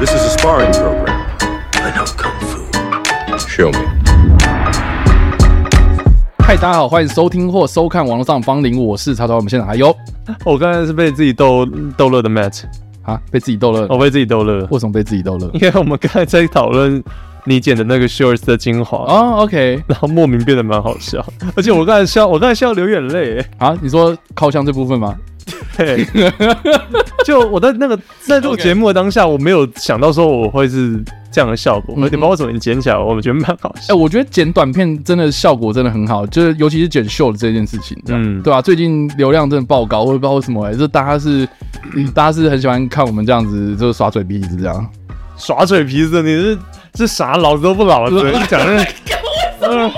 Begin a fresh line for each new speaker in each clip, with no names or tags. sparring program. I know kung fu. Show me.
嗨，大家好，欢迎收听或收看网络上的芳龄，我是曹操，我们现场还有
哦我刚才是被自己逗逗乐的 Matt，
啊，被自己逗乐，
我被自己逗乐，
为什么被自己逗乐？
因为我们刚才在讨论你剪的那个 Shorts 的精华，
哦，OK，
然后莫名变得蛮好笑，而且我刚才笑，我刚才笑流眼泪，
啊，你说靠箱这部分吗？
嘿就我在那个在录
OK
节目的当下，我没有想到说我会是这样的效果，
嗯
我有点不知道为什么你剪起来，我觉得蛮好
哎、
笑。
我觉得剪短片真的效果真的很好，就是尤其是剪秀的这件事情，嗯，
嗯
对吧、最近流量真的爆高，我也不知道为什么、哎，就大家是，嗯大家是很喜欢看我们这样子，就是耍嘴皮子这样。
耍嘴皮子，你是是啥老子都不老
哎
子，你讲这，嗯，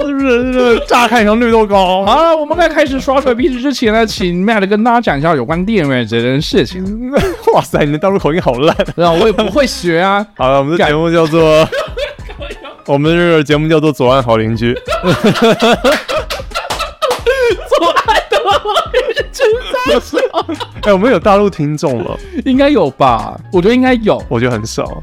是是是，乍看上绿豆糕
好了，我们在开始耍嘴皮子之前呢，请 Matt 跟大家讲一下有关电源这件事情。
哇塞，你的大陆口音好烂。
对啊，我也不会学啊。
好了，我们的节目叫做，我们这个节目叫做《左岸好邻居》。
左岸的话， 真是
哎，我们有大陆听众了，
应该有吧？我觉得应该有。
我觉得很少，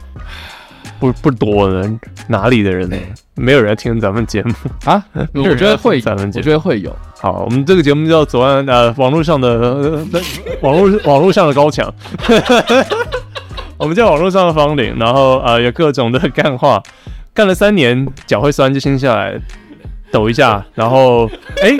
不不多人，哪里的人呢？没有人在听咱们节目。
啊，我
有人
觉得会有，
要听咱们
我
节目
觉得会有。
好，我们这个节目叫《左岸》呃，网络上的、呃、呃网络网络上的高墙。 我们叫网络上的方领，然后呃有各种的干话，干了三年，脚会酸就先下来抖一下，然后哎、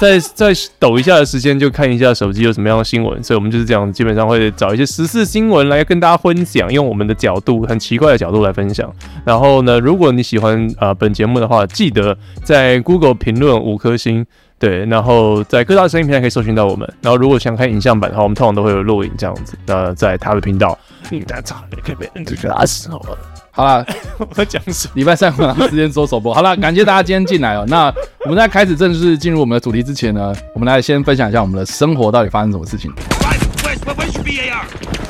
在在抖一下的时间就看一下手机有什么样的新闻，所以我们就是这样，基本上会找一些时事新闻来跟大家分享，用我们的角度，很奇怪的角度来分享。然后呢，如果你喜欢呃本节目的话，记得在 Google 评论五颗星。对，然后在各大声音平台可以搜寻到我们。然后如果想看影像版的话，我们通常都会有录影这样子。那在他的频道，你在操，你可以被人打死好了。
好啦，
我在讲什么？
礼拜三晚上时间做首播。好啦，感谢大家今天进来哦。那我们在开始正式进入我们的主题之前呢，我们来先分享一下我们的生活到底发生什么事情。
West, West, where's your BAR?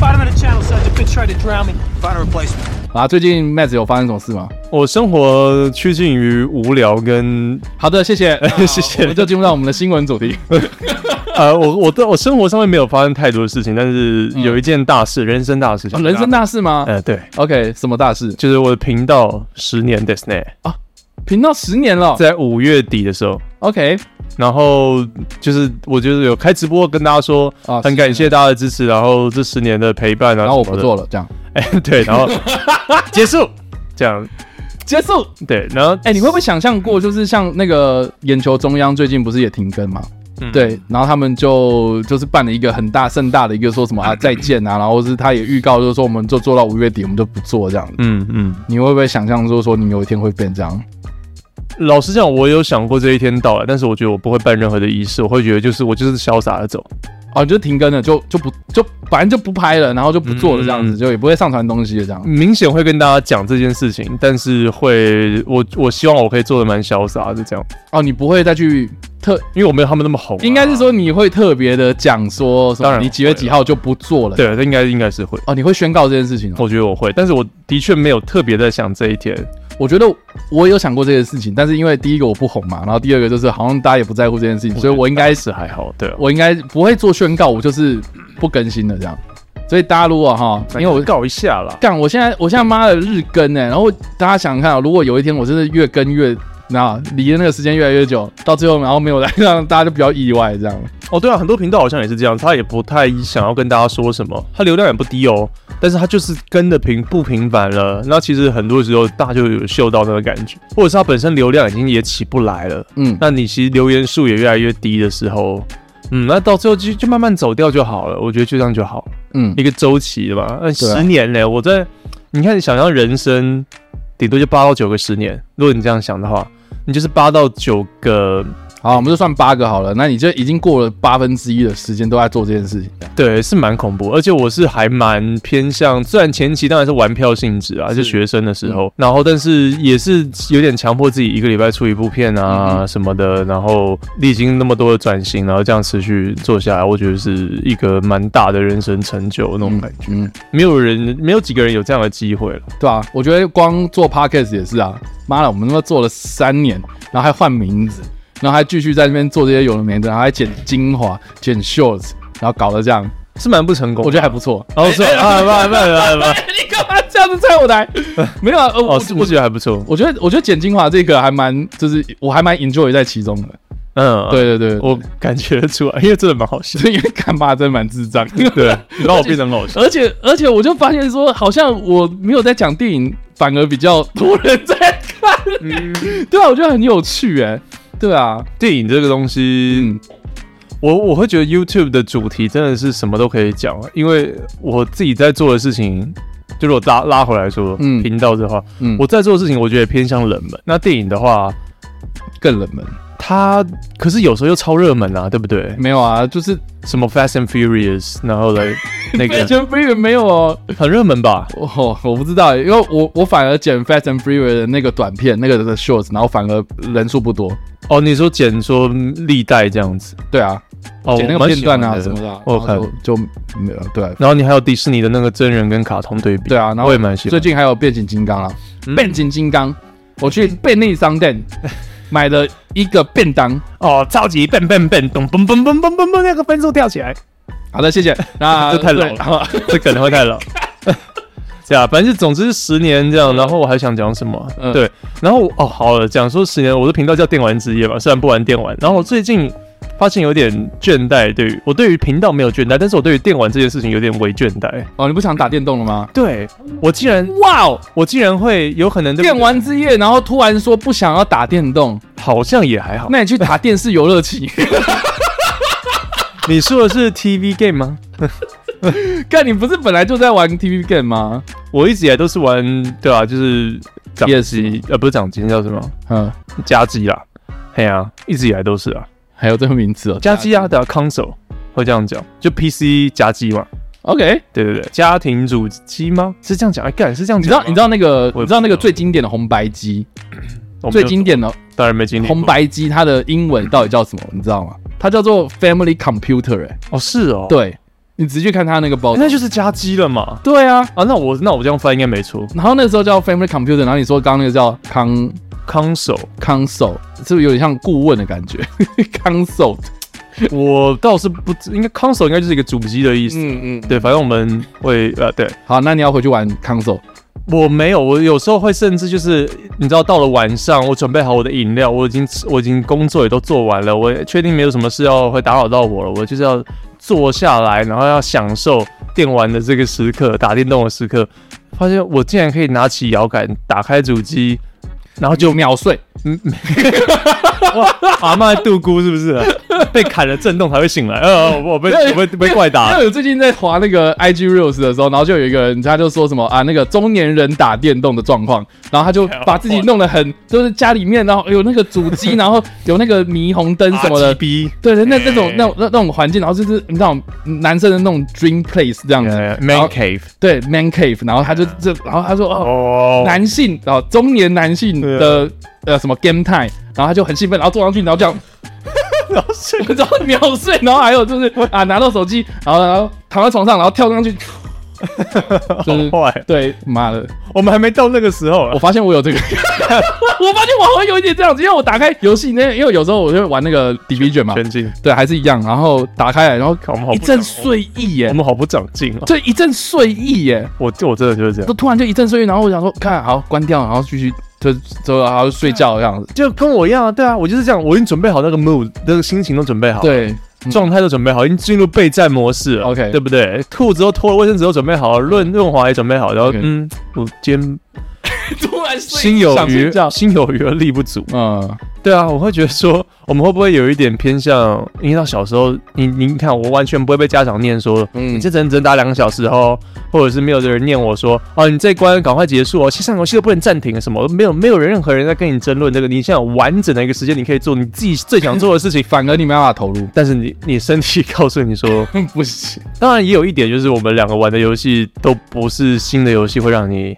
Bottom of the channel, Sergeant. Bitch tried to drown me.
Find a replacement.
啊，最近 Matt 有发生什么事吗？
我生活趋近于无聊跟
好的，谢谢，
谢
我
谢
们。就进入到我们的新闻主 题。
呃，我我的我生活上面没有发生太多的事情，但是有一件大事，人生大事情。
人生大事吗
呃， 对，
？OK，什么大事？
就是我的频道十年 d i s n e
频道十年了。
在五月底的时候，
OK，
然后就是我就是有开直播跟大家说，
啊
很感谢大家的支持，然后这十年的陪伴啊，
然后我不做
了，
了，这样
哎，对，然后结束，这样
结束。
对，然后
哎、你会不会想象过，就是像那个眼球中央最近不是也停更嘛？
嗯
对，然后他们就就是办了一个很大盛大的一个说什么啊再见啊，然后是他也预告就是说我们就做到五月底，我们就不做这样子。
嗯嗯，
你会不会想象说说你有一天会变这样？
老实讲，我有想过这一天到来，但是我觉得我不会办任何的仪式，我会觉得就是我就是潇洒的走，
哦，你就停更了，就就不就反正就不拍了，然后就不做了这样子，
嗯
就也不会上传东西了这样。
明显会跟大家讲这件事情，但是会我我希望我可以做的蛮潇洒的这样，
哦，你不会再去特，
因为我没有他们那么红啊、
应该是说你会特别的讲说什么，
当然
你几月
会了
几号就不做了。，
对，这应该应该是会。
哦，你会宣告这件事情哦。
我觉得我会，但是我的确没有特别在想这一天，
我觉得我有想过这件事情，但是因为第一个我不红嘛，然后第二个就是好像大家也不在乎这件事情，所以我应该
是还好，对啊、
我应该不会做宣告，我就是不更新了这样。所以大家如果哈，因为我
告一下啦，
干，我现在我现在妈的日更呢、然后大家想想看、哦，如果有一天我真的越更越。那离的那个时间越来越久，到最后然后没有来，让大家就比较意外这样。
哦，对啊，很多频道好像也是这样，他也不太想要跟大家说什么，他流量也不低哦，但是他就是跟的频不频繁了。那其实很多时候大家就有嗅到那个感觉，或者是他本身流量已经也起不来了，
嗯，
那你其实留言数也越来越低的时候。嗯，那到最后就就慢慢走掉就好了，我觉得就这样就好了，
嗯
一个周期的嘛。那
对啊
十年嘞，我在，你看，你想象人生顶多就八到九个十年，如果你这样想的话，你就是八到九个
好，我们就算八个好了。那你就已经过了八分之一的时间都在做这件事情。
对，是蛮恐怖，而且我是还蛮偏向，虽然前期当然是玩票性质啊，
是
就学生的时候，然后但是也是有点强迫自己一个礼拜出一部片
嗯
啊什么的，然后历经那么多的转型，然后这样持续做下来，我觉得是一个蛮大的人生成就那种感觉，
嗯，
没有人没有几个人有这样的机会了，
对啊，我觉得光做 podcast 也是啊，妈的，我们他妈做了三年，然后还换名字，然后还继续在那边做这些有的没的，然后还剪精华、剪 shorts，然后搞得这样，
是蛮不成功
我
的。
觉得还不错。
哦，是啊，不不不不，
干嘛这样子拆我台？ 没有啊，呃我
哦，是我觉得还不错。
我觉得我觉得剪精华这个还蛮，就是我还蛮 enjoy 在其中的。
嗯，
对对对，
我感觉得出来，因为真的蛮好笑。
是因为干爸真蛮智障。
对，你让我变成好笑。
而且而且我就发现说，好像我没有在讲电影，反而比较多人在看。
嗯
对啊，我觉得很有趣哎、对啊，
电影这个东西，
嗯
我我会觉得 YouTube 的主题真的是什么都可以讲，因为我自己在做的事情，就是我拉拉回来说，
嗯
频道的话，
嗯，
我在做的事情，我觉得偏向冷门。那电影的话，
更冷门。
它可是有时候又超热门啊，对不对？
没有啊，就是
什么 Fast and Furious，然 后嘞，那
《
个
Fast and Furious》没有哦，
很热门吧？
我我不知道欸，因为我我反而剪《Fast and Furious》的那个短片，那个的 shorts，然后反而人数不多。
哦，你说剪说历代这样子，
对啊，
哦，
剪那个
我蛮
片
喜
段
欢
啊
的
什么的啊，
我有看
然后。就就没有对啊
然后你还有迪士尼的那个真人跟卡通对比，
对啊，然后
我也蛮喜
最
欢。
近还有变形金刚啊，
嗯
变形金刚，我去便利商店买了一个便当。
哦，超级笨笨笨，咚嘣嘣嘣嘣嘣嘣，那个分数跳起来，
好的，谢谢。那
这太老了，这可能会太老。 对啊，反正总之是十年这样，然后我还想讲什么啊？
嗯
对，然后哦，好了，讲说十年，我的频道叫电玩之夜嘛，虽然不玩电玩，然后我最近发现有点倦怠，对于我对于频道没有倦怠，但是我对于电玩这件事情有点微倦怠。
哦，你不想打电动了吗？
对我竟然，
哇哦，
我竟然会有可能对不对
电玩之夜，然后突然说不想要打电动，
好像也还好。
那你去打电视游乐器。
你说的是 TV game 吗？
干，你不是本来就在玩 TV game 吗？
我一直以来都是玩，对啊，就是掌
PS
机，呃，不是掌机，那叫什么？
嗯，
夹机啦。嘿啊，一直以来都是啊，
还有这个名字哦，
夹机啊，对啊，console 会这样讲，就 PC 夹机嘛。
OK，
对对对，家庭主机吗？是这样讲？哎，干是这样
你知
讲
道
吗？
你知道那个
我也
你
不知道
知道那个最经典的红白机，
我没
最
有
经典的
当然没经历过
红白机，它的英文到底叫什么？你知道吗？它叫做 Family Computer，哎、
哦，是哦，，
对你直接看它那个包装，
哎那就是夹机了嘛。
对啊。
啊，那我那我这样翻应该没错
然后那时候叫 Family Computer，然后你说刚刚那个叫 Con
，console。
Console，是不是有点像顾问的感觉 ？Console，
我倒是不知，应该 console 应该就是一个主机的意思。
嗯嗯，
对，反正我们会呃，对
好，那你要回去玩 Console，
我没有，我有时候会甚至就是你知道，到了晚上，我准备好我的饮料，我已经吃我已经工作也都做完了，我也确定没有什么事要会打扰到我了，我就是要坐下来，然后要享受电玩的这个时刻，打电动的时刻，发现我竟然可以拿起摇杆，打开主机，然后 就
就秒睡。
阿妈杜姑是不是、被砍了震动才会醒来？呃，我我被 我被被怪打
因。为我最近在划那个 IG Reels 的时候，然后就有一个人，他就说什么啊，那个中年人打电动的状况，然后他 就把自己弄得很，就是家里面，然后有那个主 机，然后有那个霓虹灯什么的，
逼
对对，那那
哎
种那种那那种环境，然后就是你知道男生的那种 dream place 这样子然
man
后
cave
对 man cave，然后他就这，然后他说哦，
哦
男性哦，中年男性的呃什么 game time，然后他就很兴奋，然后坐上去，然后这 样，
然后睡
然后秒睡，然后还有就是啊，拿到手机，然后然后躺在床上，然后跳上去，就是
好坏，
对，妈的，
我们还没到那个时候啊
我发现我有 这个，我发现我好像有一点这样子，因为我打开游戏那，因为有时候我就会玩那个 Division 嘛，
全进，
对，还是一样，然后打开来，然后
看我们好
一
不长
阵睡意
我
耶，
们好不长进哦。
对，一阵睡意耶，
我就我真的就是这样
就，突然就一阵睡意，然后我想说，看好关掉，然后继续就就然后睡觉这样子，
就跟我一样啊，对啊，我就是这样，我已经准备好那个 mood，那个心情都准备好，，
对，
状态都准备好，已经进入备战模式了
OK
对不对？裤子都脱了，卫生纸都准备好了，润润滑也准备好，然后
OK
嗯，我今天
突然
心有
想
余
睡觉，
心有余而力不足，
嗯，
对啊，我会觉得说，我们会不会有一点偏向？因为到小时候，你你看，我完全不会被家长念说，
嗯。
你这只能只能打两个小时哦，或者是没有人念我说，哦，你这一关赶快结束哦，线上游戏都不能暂停什么，没有没有人任何人在跟你争论这个，你现在有完整的一个时间，你可以做你自己最想做的事情
反而你没办法投入，
但是你你身体告诉你说，
不行，
当然也有一点就是我们两个玩的游戏都不是新的游戏，会让你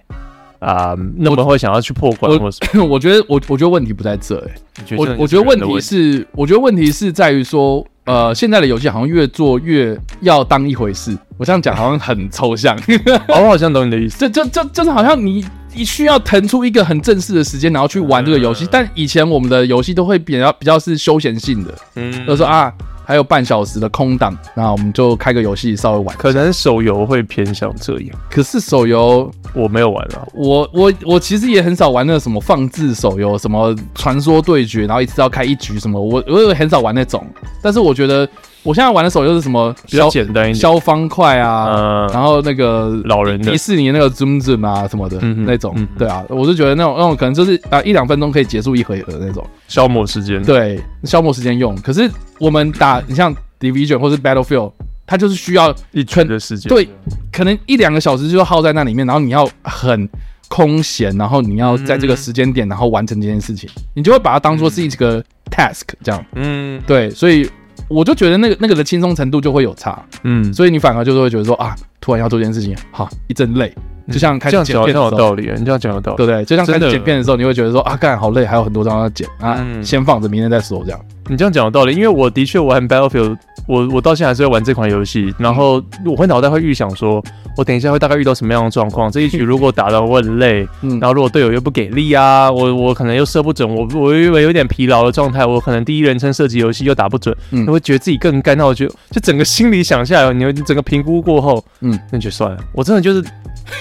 啊、那么会想要去破关
我
或是
我觉得我我觉得问题不在这、欸，我我觉得问题，是，我觉得问题是在于说，呃，现在的游戏好像越做越要当一回事。我这样讲好像很抽象，
哦我好像懂你的意思。
这这这就是好像你你需要腾出一个很正式的时间，然后嗯去玩这个游戏。但以前我们的游戏都会比较比较是休闲性的，
嗯
就是说啊。还有半小时的空档，那我们就开个游戏稍微玩。
可能手游会偏向这样，
可是手游，
我没有玩啊。
我我我其实也很少玩那个什么放置手游，什么传说对决，然后一次要开一局什么，我我也很少玩那种。但是我觉得我现在玩的手游是什么
比较
消
简单一点
消方块啊，
嗯
然后那个
老人的
迪士尼那个 Zoom Zoom 啊什么的、
嗯哼
那种
嗯哼，
对啊，我就觉得那种那种可能就是啊一两分钟可以结束一回合那种。
消磨时间。，
对，消磨时间用。可是我们打你像 Division 或是 Battlefield，它就是需要
一圈的时间。，
对，可能一两个小时就耗在那里面，然后你要很空闲，然后你要在这个时间点，然后完成这件事情，你就会把它当做是一个 task 这样。
嗯
对，所以我就觉得那个那个的轻松程度就会有差，
嗯，
所以你反而就是会觉得说啊，突然要做这件事情，好一阵累，就像开
嗯
始
这样
剪
讲好
片
像
的
有
时候。
道理，你这样讲有道理。
对不对？就像开
真
始
的
剪片的时候，你会觉得说啊，干好累，还有很多张要剪啊，
嗯
先放着，明天再说这样。
你这样讲有道理，因为我的确玩 Battlefield，我我到现在还是在玩这款游戏，然后
嗯
我会脑袋会预想说，我等一下会大概遇到什么样的 状况，这一局如果打到我很累，
嗯
然后如果队友又不给力啊，我我可能又射不准，我我因为有点疲劳的状态，我可能第一人称射击游戏又打不准，
嗯
嗯、会觉得自己更干，那我觉得就整个心里想下来，你会整个评估过后，
嗯
嗯，那就算了，我真的就是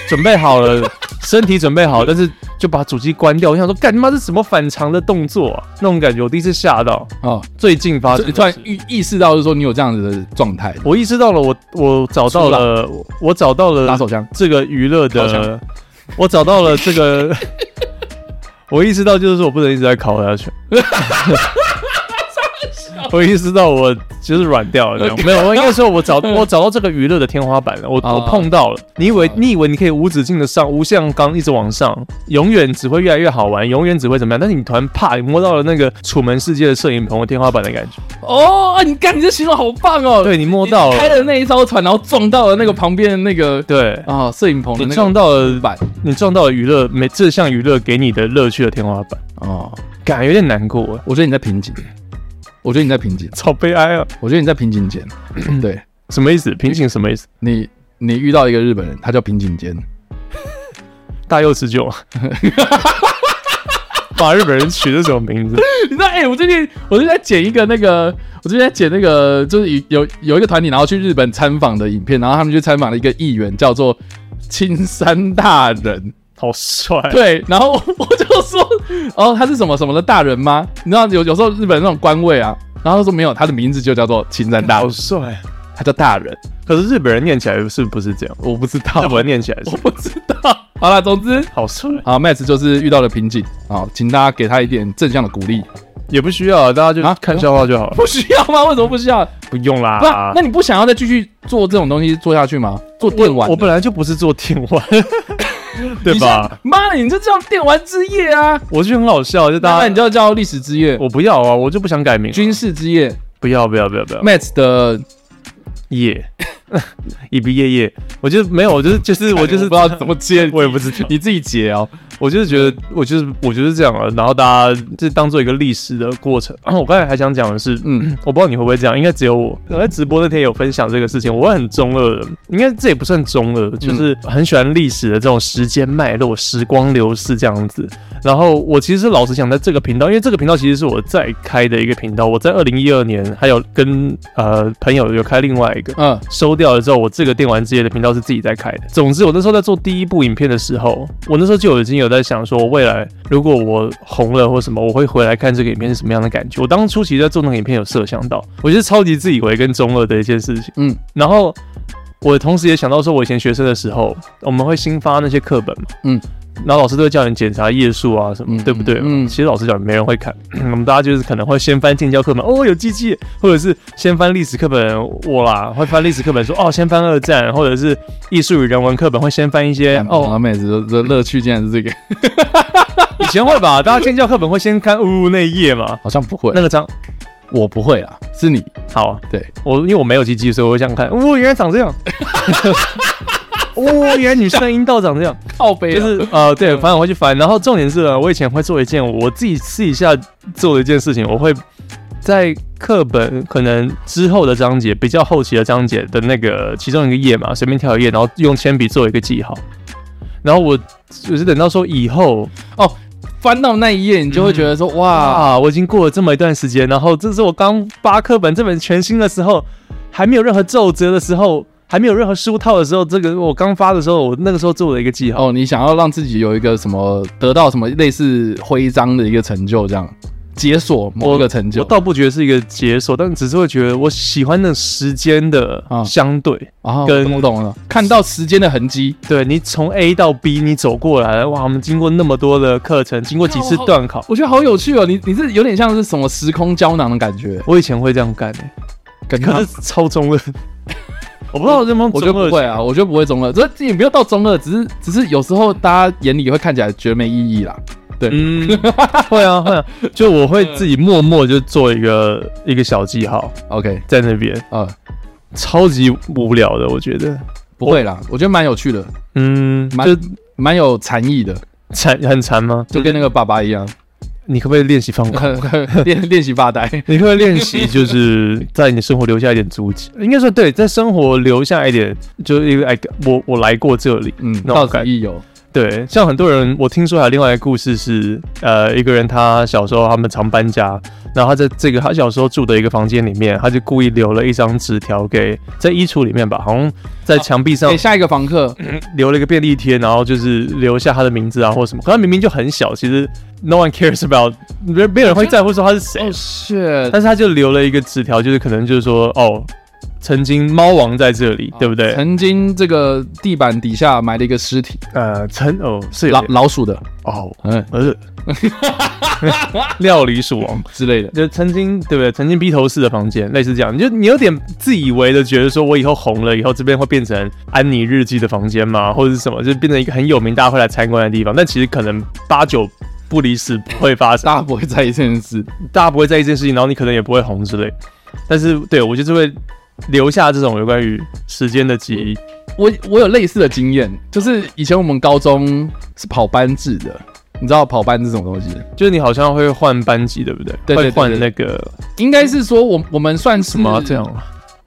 准备好了，身体准备好，但是就把主机关掉，我想说，干他妈这什么反常的动作啊，那种感觉，我第一次吓到。
哦，
最近发
所以
生，
突然意意识到，就是说你有这样子的状态，
我意识到了我，我找到了，我我找到了
打手枪
这个娱乐
烤箱
的，我找到了这 个，我意识到就是说我不能一直在烤下 去。我意识到我就是软掉了， 没有，我应该说我找我找到这个娱乐的天花板了，我
哦
我碰到了。啊你以为你以为你可以无止境的上无限钢一直往上，永远只会越来越好玩，永远只会怎么样？但是你突然啪，你摸到了那个《楚门世界》的摄影棚的天花板的感觉，
哦，啊你干，你这形容好棒哦！
对
你
你摸到
开
了，
了那一艘船，然后撞到了那个旁边的那个
对，
啊摄影棚的
你
那
撞
个
到了
板
你撞到了娱乐每这项娱乐给你的乐趣的天花板，
哦，
感有点难过，
我觉得你在瓶颈，我觉得你在瓶颈，
好悲哀啊！
我觉得你在瓶颈 间，对
什么意思？瓶颈什么意思？
你你遇到一个日本人，他叫瓶颈间，
大佑 持久，啊把日本人取的什么名字？
你知道？哎、我最近我最近在剪一个那个，我最近在剪那个，就是有有有一个团体，然后去日本参访的影片，然后他们去参访了一个议员，叫做青山大人。
好帅！
对，然后我我就说，哦，他是什么什么的大人吗？你知道有有时候日本那种官位啊，然后他说没有，他的名字就叫做青山大
好
人，
帅！
他叫大人，
可是日本人念起来是不是这样？
我不知道，
日本人念起来
我
是
不知道。好啦，总之，
好帅，
啊，Max 就是遇到了瓶颈，好，请大家给他一点正向的鼓 励。
也不需要，大家
啊
就看笑话就好了。
不需要吗？为什么不需要？
不用
不然，
啦
那，你不想要再继续做这种东西做下去吗？做电玩的，
我本来就不是做电 玩，对
你
吧
像？？妈的，你就叫电玩之夜啊！
我就很好笑，就
那
大
你
家
就叫历史之夜、
我不要啊，我就不想改名，
军事之夜。
不要不要不要不要。
Max 的
夜， 一毕业夜，我就是没有，我就是就是我就是
哎不知道怎么接，
我也不知道，
你自己解哦。
我就是觉得我就是我就是这样了，然后大家就当做一个历史的过程。 我刚才还想讲的是，
嗯
嗯，我不知道你会不会这样，应该只有我。我在直播那天有分享这个事情，我很中二的，应该这也不算中二，就是
嗯
很喜欢历史的这种时间脉络、时光流逝这样子。然后我其实老实讲，在这个频道，因为这个频道其实是我在开的一个频道，我在二零一二年还有跟呃朋友有开另外一个，
嗯，
收掉了之后，我这个电玩之夜的频道是自己在开的。总之，我那时候在做第一部影片的时候，我那时候就已经有在想说，未来如果我红了或什么，我会回来看这个影片是什么样的感觉。我当初其实在做那个影片有设想到，我觉得超级自以为跟中二的一件事情。
嗯，
然后我同时也想到说，我以前学生的时候，我们会新发那些课本嘛，
嗯，
然后老师都会叫你检查页数啊什么，
嗯
对不对？
嗯
嗯，其实老实讲，没人会看， 我们大家就是可能会先翻建教课本，哦，有鸡鸡，或者是先翻历史课本，我啦会翻历史课本说，哦，先翻二战，或者是艺术与人文课本会先翻 一些，
哦，
哦，
妹子的乐趣竟然是这个，
以前会吧，大家建教课本会先看呜呜那一页嘛，
好像不会
那，个章。
我不会啦，是你
好、啊，
对
我因为我没有鸡鸡，所以我会这样看。哦，原来长这样。 哦，原来女生的阴道长这样。
靠背啊
就
就是
是呃，对，反正我会去翻。然后重点是呃呢，我以前会做一件我自己私底下做的一件事情，我会在课本可能之后的章节，比较后期的章节的那个其中一个页嘛，随便挑一页，然后用铅笔做一个记号。然后我就是等到说以后
哦，翻到那一页，你就会觉得说，哇，
啊，我已经过了这么一段时间，然后这是我刚扒课本这本全新的时候，还没有任何皱褶的时候，还没有任何书套的时候，这个我刚发的时候，我那个时候做了一个记号。
哦，你想要让自己有一个什么得到什么类似徽章的一个成就，这样解锁某一个成就
我倒不觉得是一个解锁，但只是会觉得我喜欢那时间的
啊
相对。
啊，我
跟
懂懂了，看到时间的痕迹，
对你从 A 到 B，你走过来，哇，我们经过那么多的课程，经过几次段考，
我觉得好有趣哦。你你是有点像是什么时空胶囊的感觉，
我以前会这样干、欸，
感觉
可是超中二。我不知道有没有
我觉得
中二
不会啊，我觉得不会中二，这这也没有到中二，只是只是有时候大家眼里会看起来觉得没意义啦。
嗯，会啊会啊，就我会自己默默就做一个一个小记号
OK，
在那边，
呃，
超级无聊的，我觉得，
不会啦，我觉得蛮有趣的，
嗯，
蛮
就
蛮有禅意的，
馋很馋吗？
就跟那个爸爸一 样，
你可不可以练习放空？
练练习发呆。
你可不可以练习，就是在你的生活留下一点足迹？应该说对，在生活留下一点，就是因为哎，我我来过这里，
嗯，
那
到
种
此
感
一游。
对，像很多人，我听说还有另外一个故事是，呃，一个人他小时候他们常搬家，然后他在这个他小时候住的一个房间里面，他就故意留了一张纸条给在衣橱里面吧，好像在墙壁上
给下一个房客，
留了一个便利贴，然后就是留下他的名字啊或什么，可他明明就很小，其实 no one cares about，没没有人会在乎说他是谁，
哦，shit，
但是他就留了一个纸条，就是可能就是说哦，曾经猫王在这里，对不对？
哦曾经这个地板底下埋了一个尸体，
呃，曾哦是有
老
点
老鼠的，
哦，
嗯
呃，料理鼠 王。
之类的。
就曾经对不对？曾经披头士的房间类似这样，你就你有点自以为的觉得说，我以后红了以后，这边会变成安妮日记的房间吗？或者是什么，就变成一个很有名大家会来参观的地方。但其实可能八九不离十不会发生，
大家不会在意这件事，
大家不会在意这件事情，然后你可能也不会红之类。但是对我就是会留下这种有关于时间的记忆。
我我有类似的经验，就是以前我们高中是跑班制的，你知道跑班是什么东西？
就是你好像会换班级，对不对？
对对对
会换
对
那个
应该是说我我们算是
什么要这样啊？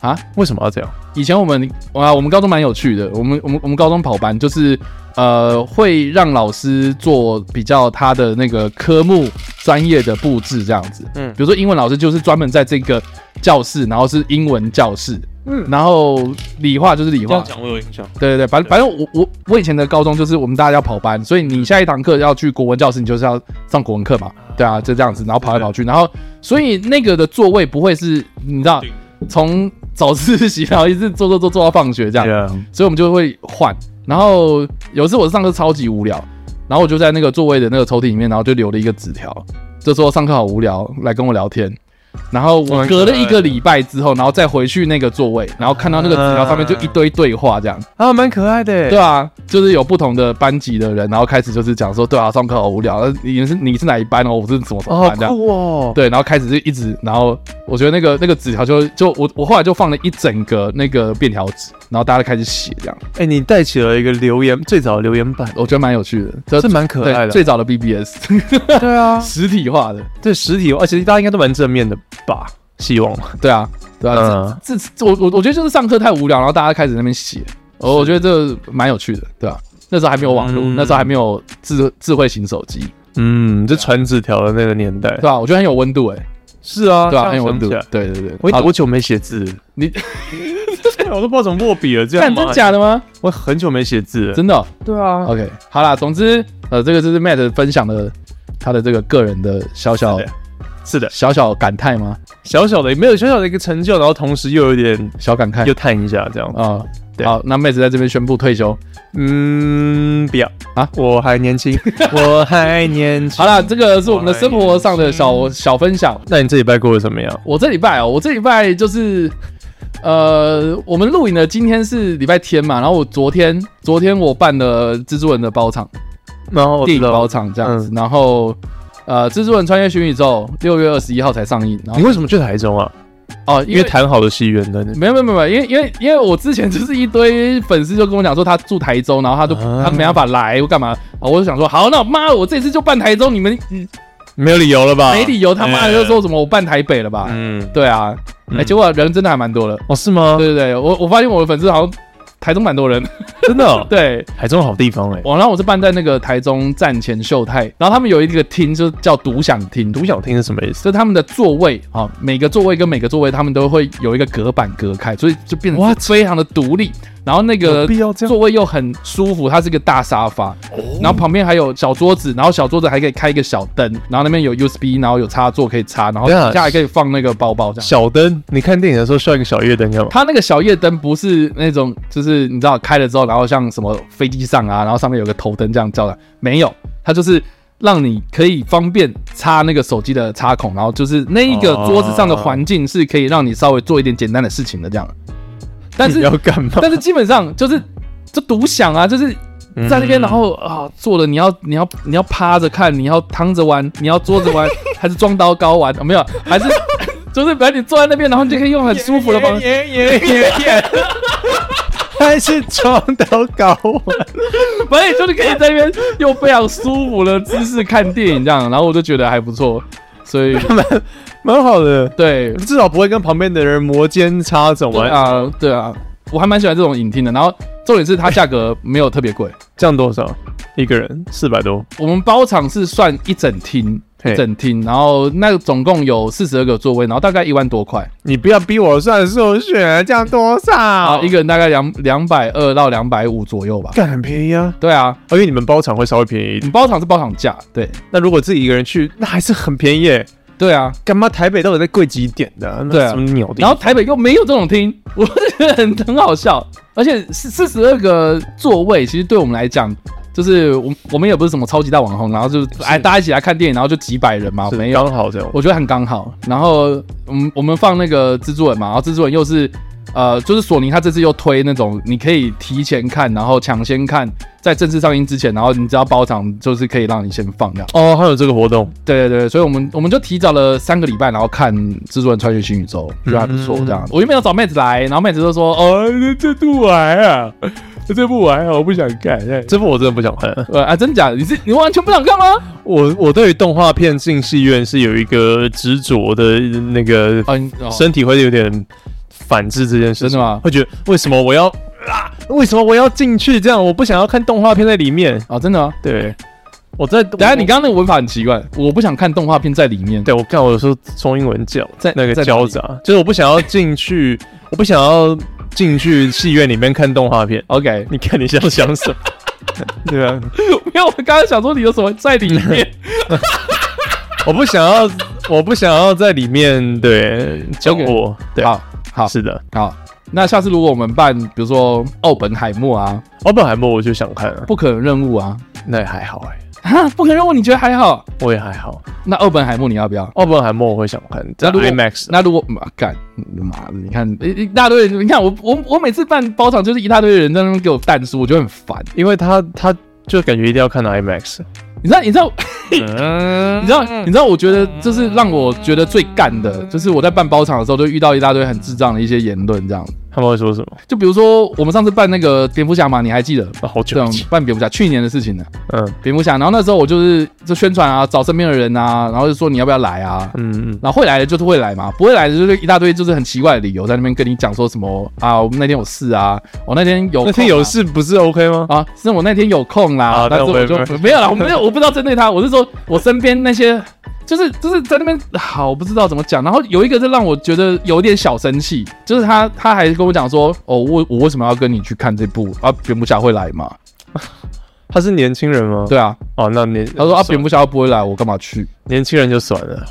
啊？
为什么要这样？
以前我们啊，我们高中蛮有趣的，我们我们我们高中跑班就是呃，会让老师做比较他的那个科目专业的布置这样子。嗯
嗯，
比如说英文老师就是专门在这个教室，然后是英文教室。嗯，然后理化就是理化，
讲我有印象。
对对对，反反正我我我以前的高中就是我们大家要跑班，所以你下一堂课要去国文教室，你就是要上国文课嘛，对啊，就这样子，然后跑来跑去，然后所以那个的座位不会是，你知道， 从早自习然后一直坐坐坐坐到放学这样，
对啊，
所以我们就会换。然后有一次我上课超级无聊，然后我就在那个座位的那个抽屉里面，然后就留了一个纸条，就说上课好无聊，来跟我聊天。然后我隔了一个礼拜之后，然后再回去那个座位，然后看到那个纸条上面就一堆对话这样。
啊，蛮可爱的欸。
对啊，就是有不同的班级的人，然后开始就是讲说，对啊，上课好无聊，呃你是你是哪一班哦，我是什么什么
哦，
班这样。
酷哦。
对，然后开始就一直，然后我觉得那个那个纸条就就我我后来就放了一整个那个便条纸，然后大家就开始写这样，
哎、你带起了一个留言，最早的留言板，
我觉得蛮有趣的，这
是蛮可爱的
对最早的 BBS
对啊，
实体化的，
对实体，而且大家应该都蛮正面的吧？希望，
对啊，对啊
嗯，
这这我我我觉得就是上课太无聊，然后大家开始在那边写，哦我我觉得这蛮有趣的，对啊，那时候还没有网络，
嗯
那时候还没有智智慧型手机，
嗯，就传纸条的那个年代，
对吧、我觉得很有温度哎、
是啊，
对啊，
这
很有
样
温
想
度
起来。。
对对对，
我
好
多久没写字？
你
我都不知道怎么握笔了，这样
看
吗
真假的吗？
我很久没写字了，
真的哦、
对啊，
OK，好啦，总之，呃，这个就是 Matt 分享的他的这个个人的小小
是的是的，
小小感叹吗？
小小的也没有小小的一个成就，然后同时又有点
小感慨
又叹一下这样。
啊。
对
好，那妹子在这边宣布退休。
嗯，不要
啊
我还年 轻，我还年轻。
好啦，这个是我们的生活上的小小分享。
那你这礼拜过得怎么样？
我这礼拜哦，我这礼拜就是，呃，我们录影的今天是礼拜天嘛，然后我昨天昨天我办了蜘蛛人的包场，
然后我
电影
知道
包场这样
嗯
子，然后呃，蜘蛛人穿越新宇宙六月二十一号才上映，然后
你为什么去台中啊？
哦，
因为谈好的戏院在那边。
没有没有没有，因为因为因为我之前就是一堆粉丝就跟我讲说他住台州，然后他就、
啊
他没办法来，我干嘛？啊我就想说好，那妈我这次就办台州，你们
没有理由了吧？
没理由他妈的
哎
就说什么我办台北了吧？
嗯，
对啊，哎、
嗯
结果人真的还蛮多的。
哦，是吗？
对对对，我我发现我的粉丝好像台中蛮多人，
真的哦，
对，
台中好地方哎，
我然后我是办在那个台中站前秀泰，然后他们有一个厅就是叫独享厅，
独享厅是什么意思？
就他们的座位啊、每个座位跟每个座位他们都会有一个隔板隔开，所以就变得
What？
非常的独立。然后那
有
个
必要这样
座位又很舒服，它是一个大沙发，然后旁边还有小桌子，然后小桌子还可以开一个小灯，然后那边有 USB，然后有插座可以插，然后
等一下
底下还可以放那个包包这样。
小灯，你看电影的时候需要一个小夜灯干嘛？
它那个小夜灯不是那种，就是你知道开了之后，然后像什么飞机上啊，然后上面有个头灯这样照的，没有，它就是让你可以方便插那个手机的插孔，然后就是那一个桌子上的环境是可以让你稍微做一点简单的事情的这样。但是
你要干嘛？
但是基本上就是就独享啊，就是在那边，然后啊坐了，你要你要你要趴着看，你要躺着玩，你要坐着玩，还是装刀高玩？啊没有，还是 就是反正你坐在那边，然后你就可以用很舒服的方式。
耶耶耶耶， 还是床头搞我。
反正就是可以在那边用非常舒服的姿势看电影这样，然后我就觉得还不错，所以
蛮好的，
对
至少不会跟旁边的人摩肩擦踵
对
啊。
啊对啊，我还蛮喜欢这种影厅的。然后重点是它价格没有特别贵，
这样多少？一个人四百多，
我们包场是算一整厅
嘿
一整厅，然后那总共有四十二个座位，然后大概一万多块
你不要逼我算数学，这样多少？
啊，
啊
一个人大概两两百二到两百五左右吧。
干很便宜啊。
对啊，
哦因为你们包场会稍微便宜一
你
点，
包场是包场价，对
那如果自己一个人去，那还是很便宜耶。
对啊。
干嘛台北到底在贵几点的、啊？那
对啊
什么鸟地
然
方？
后台北又没有这种厅， 我觉得很很好笑。而且四四十二个座位，其实对我们来讲，就是我们我们也不是什么超级大网红，然后就是哎大家一起来看电影，然后就几百人嘛，
是
没有。
刚好这样。
我觉得很刚好。然后，嗯，我们放那个蜘蛛人嘛，然后蜘蛛人又是，呃，就是索尼他这次又推那种你可以提前看，然后抢先看，在正式上映之前，然后你只要包场，就是可以让你先放掉。
哦，还有这个活动，
对对对，所以我们我们就提早了三个礼拜，然后看《蜘蛛人穿越新宇宙》，觉得还不错。这样，我原本要找妹子来，然后妹子就说：“哦，这这不玩啊，这不玩啊，我不想看。哎
这部我真的不想看。”
呃啊，真假的？你是 你完全不想看吗？
我我对于动画片进戏院是有一个执着的那个
啊，你哦
身体会有点反制这件事，
真的吗
会觉得为什么我要啊？为什么我要进去？这样我不想要看动画片在里面。
啊，真的吗？
对，我在等
等一下，你刚刚那个文法很奇怪，我不想看动画片在里面。
对我看我有时候中英文叫
在
那个
在哪里
交杂，就是我不想要进去， 我不想要进去戏院里面看动画片。
OK，
你看你想想什么？ 对啊，
没有，我刚刚想说你有什么在里面，
我不想要，我不想要在里面对教
OK
我对，
好好
是的，
好。那下次如果我们办，比如说奥本海默啊、
奥本海默我就想看了，
不可能任务啊，
那也还好哎、
啊，不可能任务你觉得还好？
我也还好。
那奥本海默你要不要？
奥本海默我会想看，在
那如果
IMAX
那如果嗯啊干妈的，你看一一大堆人，你看我我我每次办包场就是一大堆人在那边给我淡书，我觉得很烦。
因为他他就感觉一定要看 IMAX。
你知道你知道
嗯
你知道你知道？我觉得就是让我觉得最干的，就是我在办包场的时候就遇到一大堆很智障的一些言论，这样。
他们会说什么？
就比如说我们上次办那个蝙蝠侠嘛，你还记得？
啊、好
这
久
种
以前，
办蝙蝠侠去年的事情呢，
嗯
蝙蝠侠。然后那时候我就是就宣传啊，找身边的人啊，然后就说你要不要来啊。
嗯嗯，
然后会来的就是会来嘛，不会来的就是一大堆就是很奇怪的理由在那边跟你讲说什么啊，我们那天有事啊，我、那天有空啊
那天有事不是 OK 吗？
啊，是我那天有空啦，
啊
但是
那我
我就
没
没有啦，我没有，我不知道针对他，我是说我身边那些。就是就是在那边，好，我不知道怎么讲。然后有一个是让我觉得有点小生气，就是他他还跟我讲说，哦，我我为什么要跟你去看这部啊？蝙蝠侠会来嘛？
他是年轻人吗？
对啊，
哦，那年
他说啊，
算
蝙蝠侠不会来，我干嘛去？
年轻人就算了，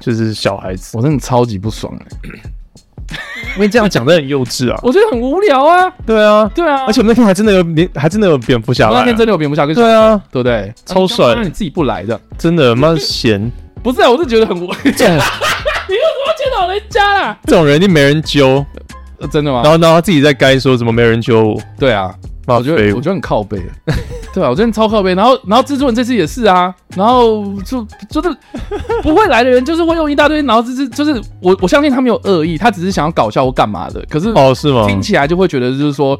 就是小孩子，
我真的超级不爽、欸，
因为这样讲的很幼稚啊。
我觉得很无聊啊。
对啊，
对啊，
而且我们那天还真的有年，还真的有蝙蝠侠
我
来啊、
那天真的有蝙蝠侠跟小
对啊，
对不对？
超帅
那哦你自己不来的，
真的妈闲，
不是啊？我是觉得很无， 你为什么去老人家啊啦？
这种人一定没人揪，
呃真的吗
然？后然后他自己在该说怎么没人揪我，
对啊，
妈
我觉
废
得
物
我觉得很靠背， 对啊，我觉得超靠背。然后然后蜘蛛人这次也是啊，然后就就是不会来的人，就是会用一大堆，然后就是就是我我相信他没有恶意，他只是想要搞笑或干嘛的，可是
哦是吗？
听起来就会觉得就是说，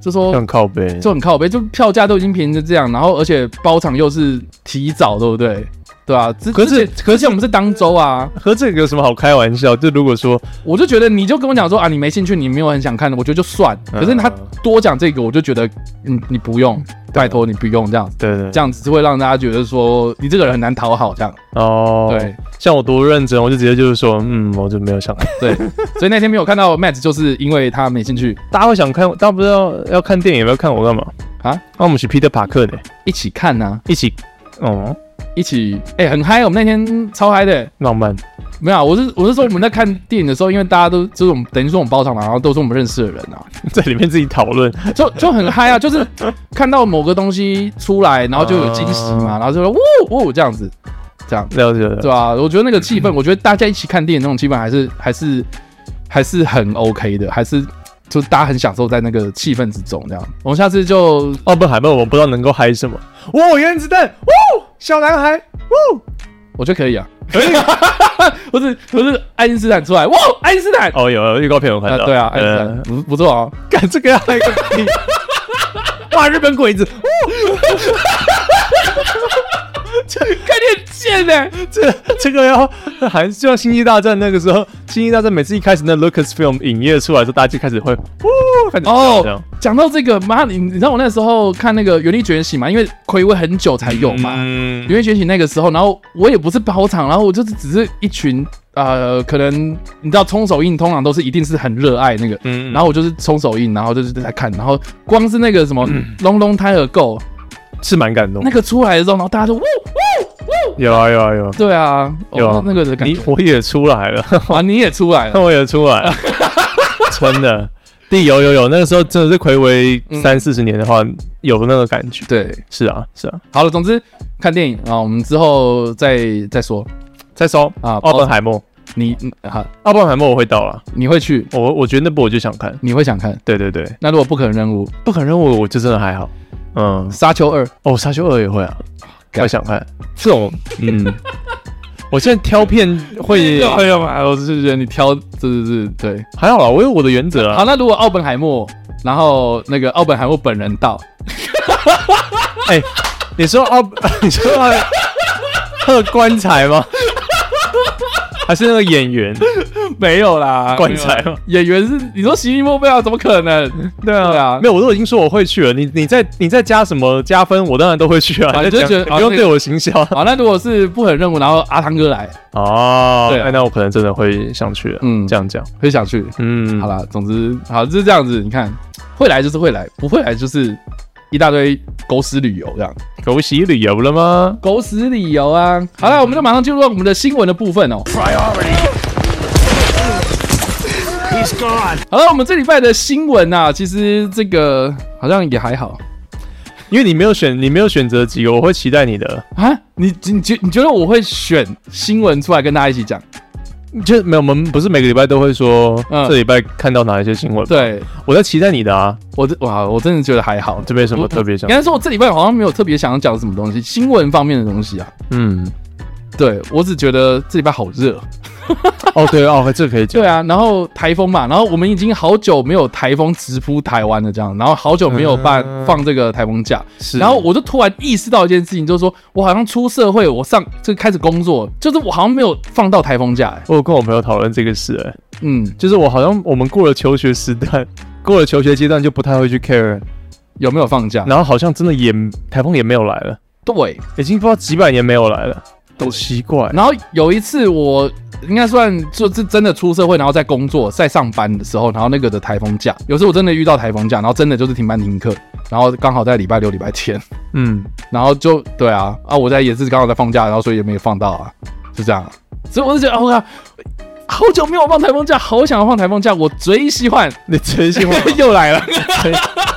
就说
很靠背，
就很靠背，就票价都已经便宜成这样，然后而且包场又是提早，对不对？对啊，之
可是
之前之前我们是当周啊，
和这个有什么好开玩笑？就如果说
我就觉得你就跟我讲说啊，你没兴趣，你没有很想看的，我觉得就算。可是他多讲这个，我就觉得嗯，你不用，拜托你不用这样，
对对
这样子是会让大家觉得说你这个人很难讨好这样。
哦，
对，
像我多认真，我就直接就是说，嗯，我就没有想看。
对，所以那天没有看到 Matt，就是因为他没兴趣
大家会想看，大家不知道要看电影，不要看我干嘛？
啊，
那我们是 Peter 帕克的，
一起看呐、啊
一起，哦，
一起哎、很嗨，我们那天超嗨的、
浪漫，
没有啊，我是我是说我们在看电影的时候，因为大家都就是我们等于说我们包场嘛，然后都是我们认识的人啊，
在里面自己讨论，
就就很嗨啊，就是看到某个东西出来，然后就有惊喜嘛，然后就说呜呜这样子，这样
了解了
对啊
解。
吧、我觉得那个气氛，我觉得大家一起看电影那种气氛还是还是还是很 OK 的，还是就大家很享受在那个气氛之中这样。我们下次就
奥本海默，哦我不知道能够嗨什么。哇，原子弹，哇，小男孩，哇，
我觉得可以啊， 我是我是爱因斯坦出来，哇，爱因斯坦。
哦，有有预告片我看
啊，
到，
对啊，爱因斯坦
呃
不不错哦。
干这个要来个屁！哇，日本鬼子，
看你很贱呢、
这这个要还是就像《星际大战》那个时候，《星际大战》每次一开始那 Lucasfilm 影业出来的时候，大家就开始会呜，开始这
哦
样，
讲到这个，妈，你你知道我那时候看那个《原力觉醒》嘛，因为暌违很久才有嘛，
嗯
《原力觉醒》那个时候，然后我也不是包场，然后我就是只是一群呃，可能你知道冲手印通常都是一定是很热爱那个，
嗯
然后我就是冲手印，然后就是在看，然后光是那个什么
嗯
《龙龙胎儿 Go》
是蛮感动
那。个出来的时候，然后大家就呜呜呜，
有啊有啊有啊
对啊，
哦有啊
哦，那个的感
你哦
觉，
我也出来了，
啊，你也出来了，
我也出来了， 真的。弟有有有，那个时候真的是暌违
嗯
三四十年的话，有那个感觉。
对，
是啊是啊，
好了，总之看电影啊，我们之后再再说。
再说
啊
奥本海默，
你嗯好，
奥本海默我会到了，
你会去，
我我觉得那部我就想看。
你会想看。
对对对，
那如果不可能任务，《
不可能我我就真的还好。嗯，
沙丘二》
哦，沙丘二也会啊，
干
我想看这种，嗯，我现在挑片 会
哎呀妈，我 是觉得你挑，是是是，对。
还好啦，我有我的原则
好，
啊。
那如果奥本海默，然后那个奥本海默本人到，
哎，你说奥， 你说奥特棺材吗？ 还是那个演员？
没有啦，
棺材吗
演员是你说席莫贝尔啊怎么可 能？
对啊，
对啊
没有，我都已经说我会去了。你你再你再加什么加分，我当然都会去啊。
啊
你
你就
在讲
觉得
你
啊
不用
那个
对我行销
好，那如果是不可能任务，然后阿汤哥来，
哦。
对啊
哎那我可能真的会想去了。
嗯
嗯，这样讲，
会想去。
嗯，
好，啦，总之好就是这样子，你看会来就是会来，不会来就是一大堆狗屎旅游这样。
狗洗旅游了吗？
狗屎理由啊！好了，我们就马上进入到我们的新闻的部分 哦。
He's gone.
好了，我们这礼拜的新闻啊，其实这个好像也还好
因为你没有选，你没有选择几个，我会期待你的。
啊。你你觉你觉得我会选新闻出来跟大家一起讲？
就没有，我们不是每个礼拜都会说、
嗯
这礼拜看到哪一些新闻。，
对
我在期待你的啊，
我这哇，我真的觉得还好。
这边什么特别想
应？该说，我这礼拜好像没有特别想要讲什么东西，新闻方面的东西啊。
嗯，
对我只觉得这礼拜好热，
哦对哦，这个可以讲。
对啊，然后台风嘛，然后我们已经好久没有台风直扑台湾了，这样，然后好久没有办、
嗯
放这个台风假，
是
然后我就突然意识到一件事情，就是说我好像出社会，我上就开始工作，就是我好像没有放到台风假、欸，
我有跟我朋友讨论这个事、哎，
嗯，
就是我好像我们过了求学时代，过了求学阶段就不太会去 care，
有没有放假？
然后好像真的也台风也没有来了，
对，
已经不知道几百年没有来了，好奇怪。
然后有一次我应该算就是真的出社会，然后在工作在上班的时候，然后那个的台风假，有时候我真的遇到台风假，然后真的就是停班停课，然后刚好在礼拜六、礼拜天，
嗯，
然后就对啊啊，我在也是刚好在放假，然后所以也没有放到啊，就这样啊，所以我就觉得哦呀。好久没有放台风假，好想要放台风假，我最喜欢
你真心话，
又来了。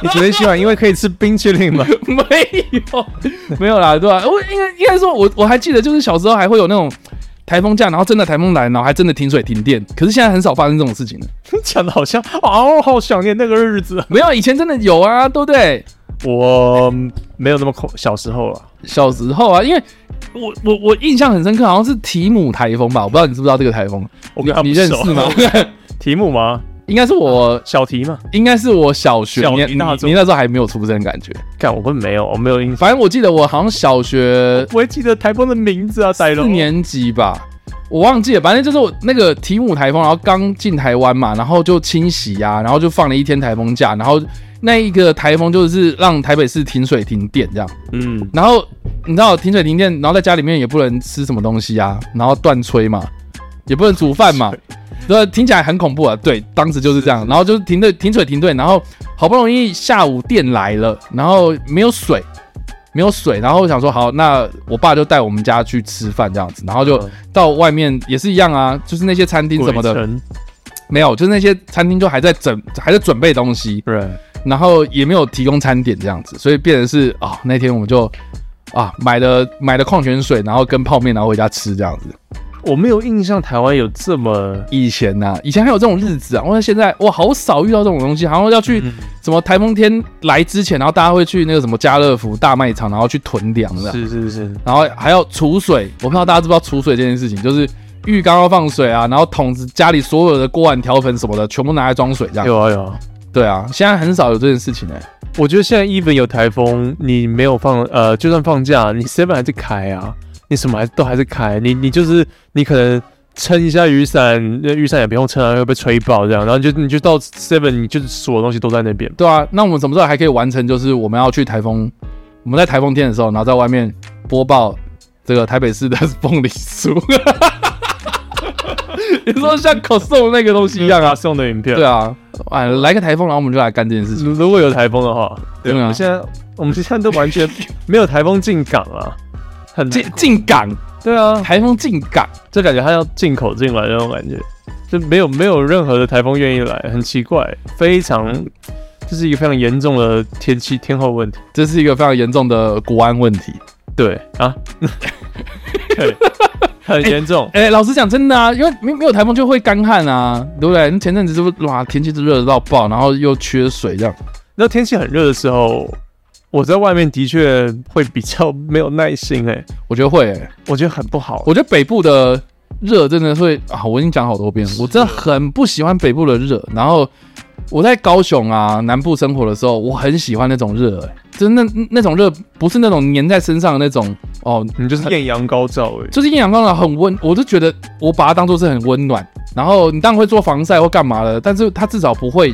你真心欢，因为可以吃冰淇淋嘛。
没有， 没有啦，对吧、我应该应该说我，我还记得，就是小时候还会有那种台风假，然后真的台风来，然后还真的停水停电。可是现在很少发生这种事情了。
讲的好像哦，好想念那个日子。
没有，以前真的有啊，对不对？
我没有那么恐，小时候啊，
小时候啊，因为我我我印象很深刻，好像是提姆台风吧，我不知道你知不知道这个台风，啊
我
你
跟他
你
不
认
熟
识吗？
题目吗？
应该是我，
小题嘛，
应该是我小学，
小
你
题
你
大做
你那时候还没有出生的感觉。
看我会没有，我没有印象，
反正我记得我好像小学
不会记得台风的名字啊，呆了
四。年级吧，我忘记了，反正就是我那个提姆台风，然后刚进台湾嘛，然后就清洗呀、然后就放了一天台风假，然后那一个台风就是让台北市停水停电这样，
嗯，
然后你知道停水停电，然后在家里面也不能吃什么东西啊，然后断炊嘛，也不能煮饭嘛。对，听起来很恐怖啊！对，当时就是这样，然后就是停队、停水、停队，然后好不容易下午电来了，然后没有水，没有水，然后我想说好，那我爸就带我们家去吃饭这样子，然后就
嗯
到外面也是一样啊，就是那些餐厅什么的
鬼城？
没有，就是那些餐厅就还在整，还在准备东西，
对，
然后也没有提供餐点这样子，所以变成是啊、那天我们就啊买了买了矿泉水，然后跟泡面，然后回家吃这样子。
我没有印象台湾有这么
以前呐、以前还有这种日子啊，我现在哇好少遇到这种东西，好像要去
嗯
什么台风天来之前，然后大家会去那个什么家乐福大卖场，然后去囤粮的，
是是是，
然后还要储水。我不知道大家知不知道储水这件事情，就是浴缸要放水啊，然后桶子家里所有的锅碗瓢盆什么的，全部拿来装水这样。
有啊有啊。
对啊，现在很少有这件事情哎、
我觉得现在 even 有台风，你没有放呃，就算放假，你 seven 还是开啊，你什么还都还是开，你你就是你可能撑一下雨伞，那雨伞也不用撑啊，会被吹爆这样，然后你就你就到 seven，你就是所有东西都在那边。
对啊，那我们什么时候还可以完成？就是我们要去台风，我们在台风天的时候，然后在外面播报这个台北市的凤梨酥。 你说像可颂那个东西一样啊？
送的影片。
对啊，啊，来个台风，然后我们就来干这件事情。
如如果有台风的话，
对啊
我们现在我们现在都 完全没有台风进港啊，很难
进进港，
对啊，
台风进港，
就感觉它要进口进来那种感觉，就没有没有任何的台风愿意来，很奇怪，非常这是一个非常严重的天气天候问题。
这是一个非常严重的国安问题。
对啊， 对，很严重。
哎、老实讲，真的啊，因为没没有台风就会干旱啊，对不对？那前阵子是不是哇，天气都热到爆，然后又缺水这样。
那天气很热的时候，我在外面的确会比较没有耐心、欸，哎，
我觉得会、欸，
我觉得很不好。
我觉得北部的热真的会啊，我已经讲好多遍，我真的很不喜欢北部的热。然后我在高雄啊南部生活的时候，我很喜欢那种热、欸，真的那那种热不是那种粘在身上的那种哦，
你就是艳阳高照、欸，哎，
就是艳阳光的很温，我就觉得我把它当做是很温暖。然后你当然会做防晒或干嘛的，但是它至少不会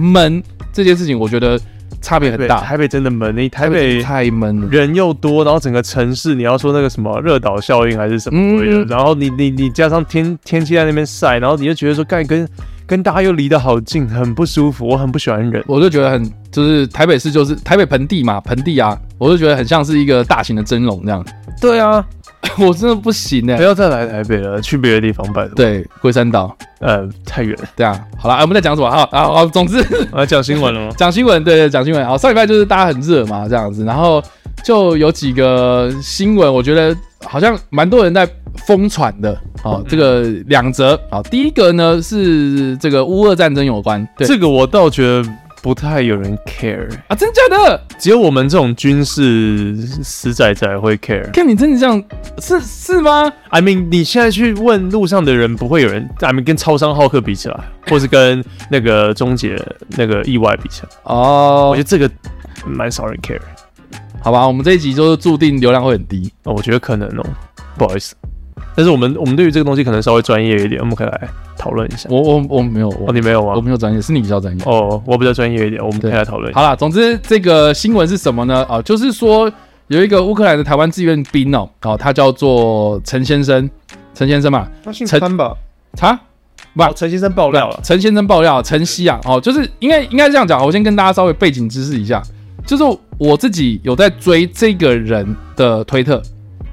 闷，这件事情我觉得差别很
对，
大。
台北真的闷，你台北
太闷了，
人又多，然后整个城市你要说那个什么热岛效应还是什么鬼的，
嗯
然后你你你加上天天气在那边晒，然后你就觉得说干跟跟大家又离得好近，很不舒服，我很不喜欢人。
我就觉得很，就是台北市就是台北盆地嘛，盆地啊，我就觉得很像是一个大型的蒸笼这样，
对啊，
我真的不行哎、
不要再来台北了，去别的地方拜托。，
对，龟山岛，
呃，太远了。
对啊，好了、啊，我们在讲什么？好，啊，好，总之
啊，讲新闻了吗？
讲新闻， 对对，讲新闻。好，上礼拜就是大家很热嘛，这样子，然后就有几个新闻，我觉得好像蛮多人在疯传的。好，这个两则。好，第一个呢是这个乌俄战争有关，对
这个我倒觉得不太有人 care，
啊，真假的？
只有我们这种军事死仔仔会 care。
看你真的这样，是是吗？
I mean，你现在去问路上的人，不会有人。I mean，跟超商浩克比起来，或是跟那个终结那个意外比起来，
哦
我觉得这个蛮少人 care。
好吧，我们这一集就是注定流量会很低。
哦，我觉得可能哦，不好意思。但是我们我们对于这个东西可能稍微专业一点，我们可以来讨论一下。
我我我没有，我、
哦，你没有
我
吗？
没有专业，是你比较专业。
哦，我比较专业一点，我们可以
对
来讨论一下。
好啦，总之这个新闻是什么呢？啊，就是说有一个乌克兰的台湾志愿兵哦，哦，他叫做陈先生，陈先生嘛，
他姓
陈
吧？
他
哦，陈先生爆料了。
陈先生爆料，陈曦啊，哦，就是应该应该这样讲，我先跟大家稍微背景知识一下，就是我自己有在追这个人的推特，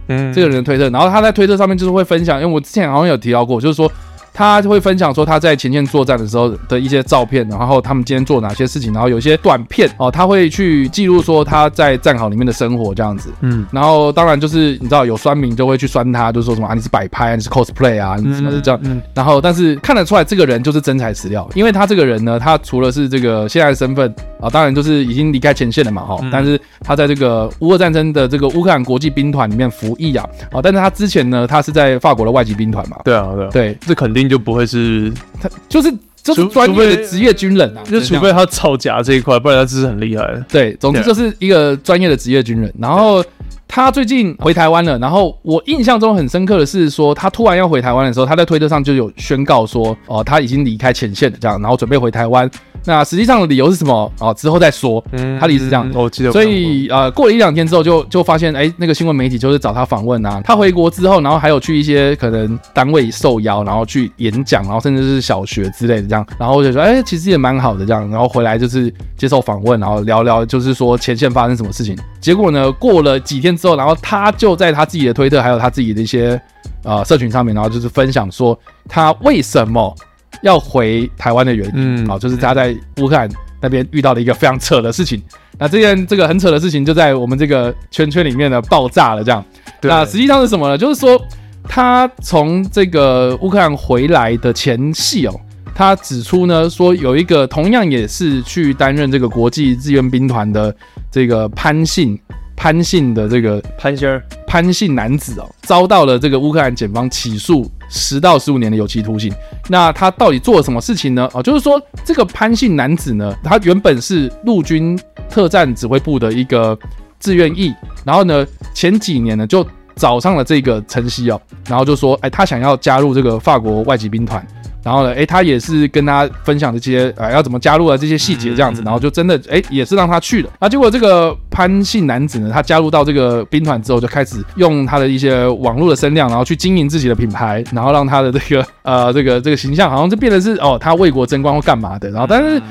嗯，
这个人的推特，然后他在推特上面就是会分享，因为我之前好像有提到过，就是说他会分享说他在前线作战的时候的一些照片，然后他们今天做哪些事情，然后有一些短片哦，他会去记录说他在战壕里面的生活这样子。
嗯，
然后当然就是你知道有酸民就会去酸他，就说什么啊你是摆拍啊，你是 cosplay 啊，你什么是这样。
嗯嗯
然后但是看得出来这个人就是真材实料，因为他这个人呢，他除了是这个现在的身份啊，当然就是已经离开前线了嘛哈，
嗯
但是他在这个乌俄战争的这个乌克兰国际兵团里面服役啊，啊，但是他之前呢，他是在法国的外籍兵团嘛，
对啊，对啊，
对，
这肯定就不会是
他就是就是
除
专
除
业
非
的职业军人啊，
就
这
是除
样
非他造假这一块，不然他真是很厉害。
对，总之
对
就是一个专业的职业军人。然后他最近回台湾了，然后我印象中很深刻的是说，他突然要回台湾的时候，他在推特上就有宣告说，哦、他已经离开前线了，这样，然后准备回台湾。那实际上的理由是什么？哦、之后再说。
嗯
他的意思是这样。
嗯我记得我
所
看过
以呃，过了一两天之后就，就发现，哎、那个新闻媒体就是找他访问啊。他回国之后，然后还有去一些可能单位受邀，然后去演讲，然后甚至是小学之类的这样。然后我就说，哎、其实也蛮好的这样。然后回来就是接受访问，然后聊聊就是说前线发生什么事情。结果呢，过了几天之后，然后他就在他自己的推特还有他自己的一些呃社群上面，然后就是分享说他为什么要回台湾的原因。
嗯
好，就是他在乌克兰那边遇到了一个非常扯的事情。那这件这个很扯的事情就在我们这个圈圈里面呢爆炸了，这样。
对
那实际上是什么呢？就是说他从这个乌克兰回来的前夕哦。他指出呢，说有一个同样也是去担任这个国际志愿兵团的这个潘信潘信的这个
潘先生，
潘姓男子哦，遭到了这个乌克兰检方起诉十到十五年的有期徒刑。那他到底做了什么事情呢？哦，就是说这个潘姓男子呢，他原本是陆军特战指挥部的一个志愿役，然后呢，前几年呢就找上了这个晨曦哦，然后就说，哎，他想要加入这个法国外籍兵团。然后呢，哎，他也是跟他分享这些，啊，要怎么加入啊这些细节这样子，然后就真的，哎，也是让他去了。啊，结果这个潘姓男子呢，他加入到这个兵团之后，就开始用他的一些网络的声量，然后去经营自己的品牌，然后让他的这个呃这个这个形象，好像就变得是哦，他为国争光或干嘛的。然后，但是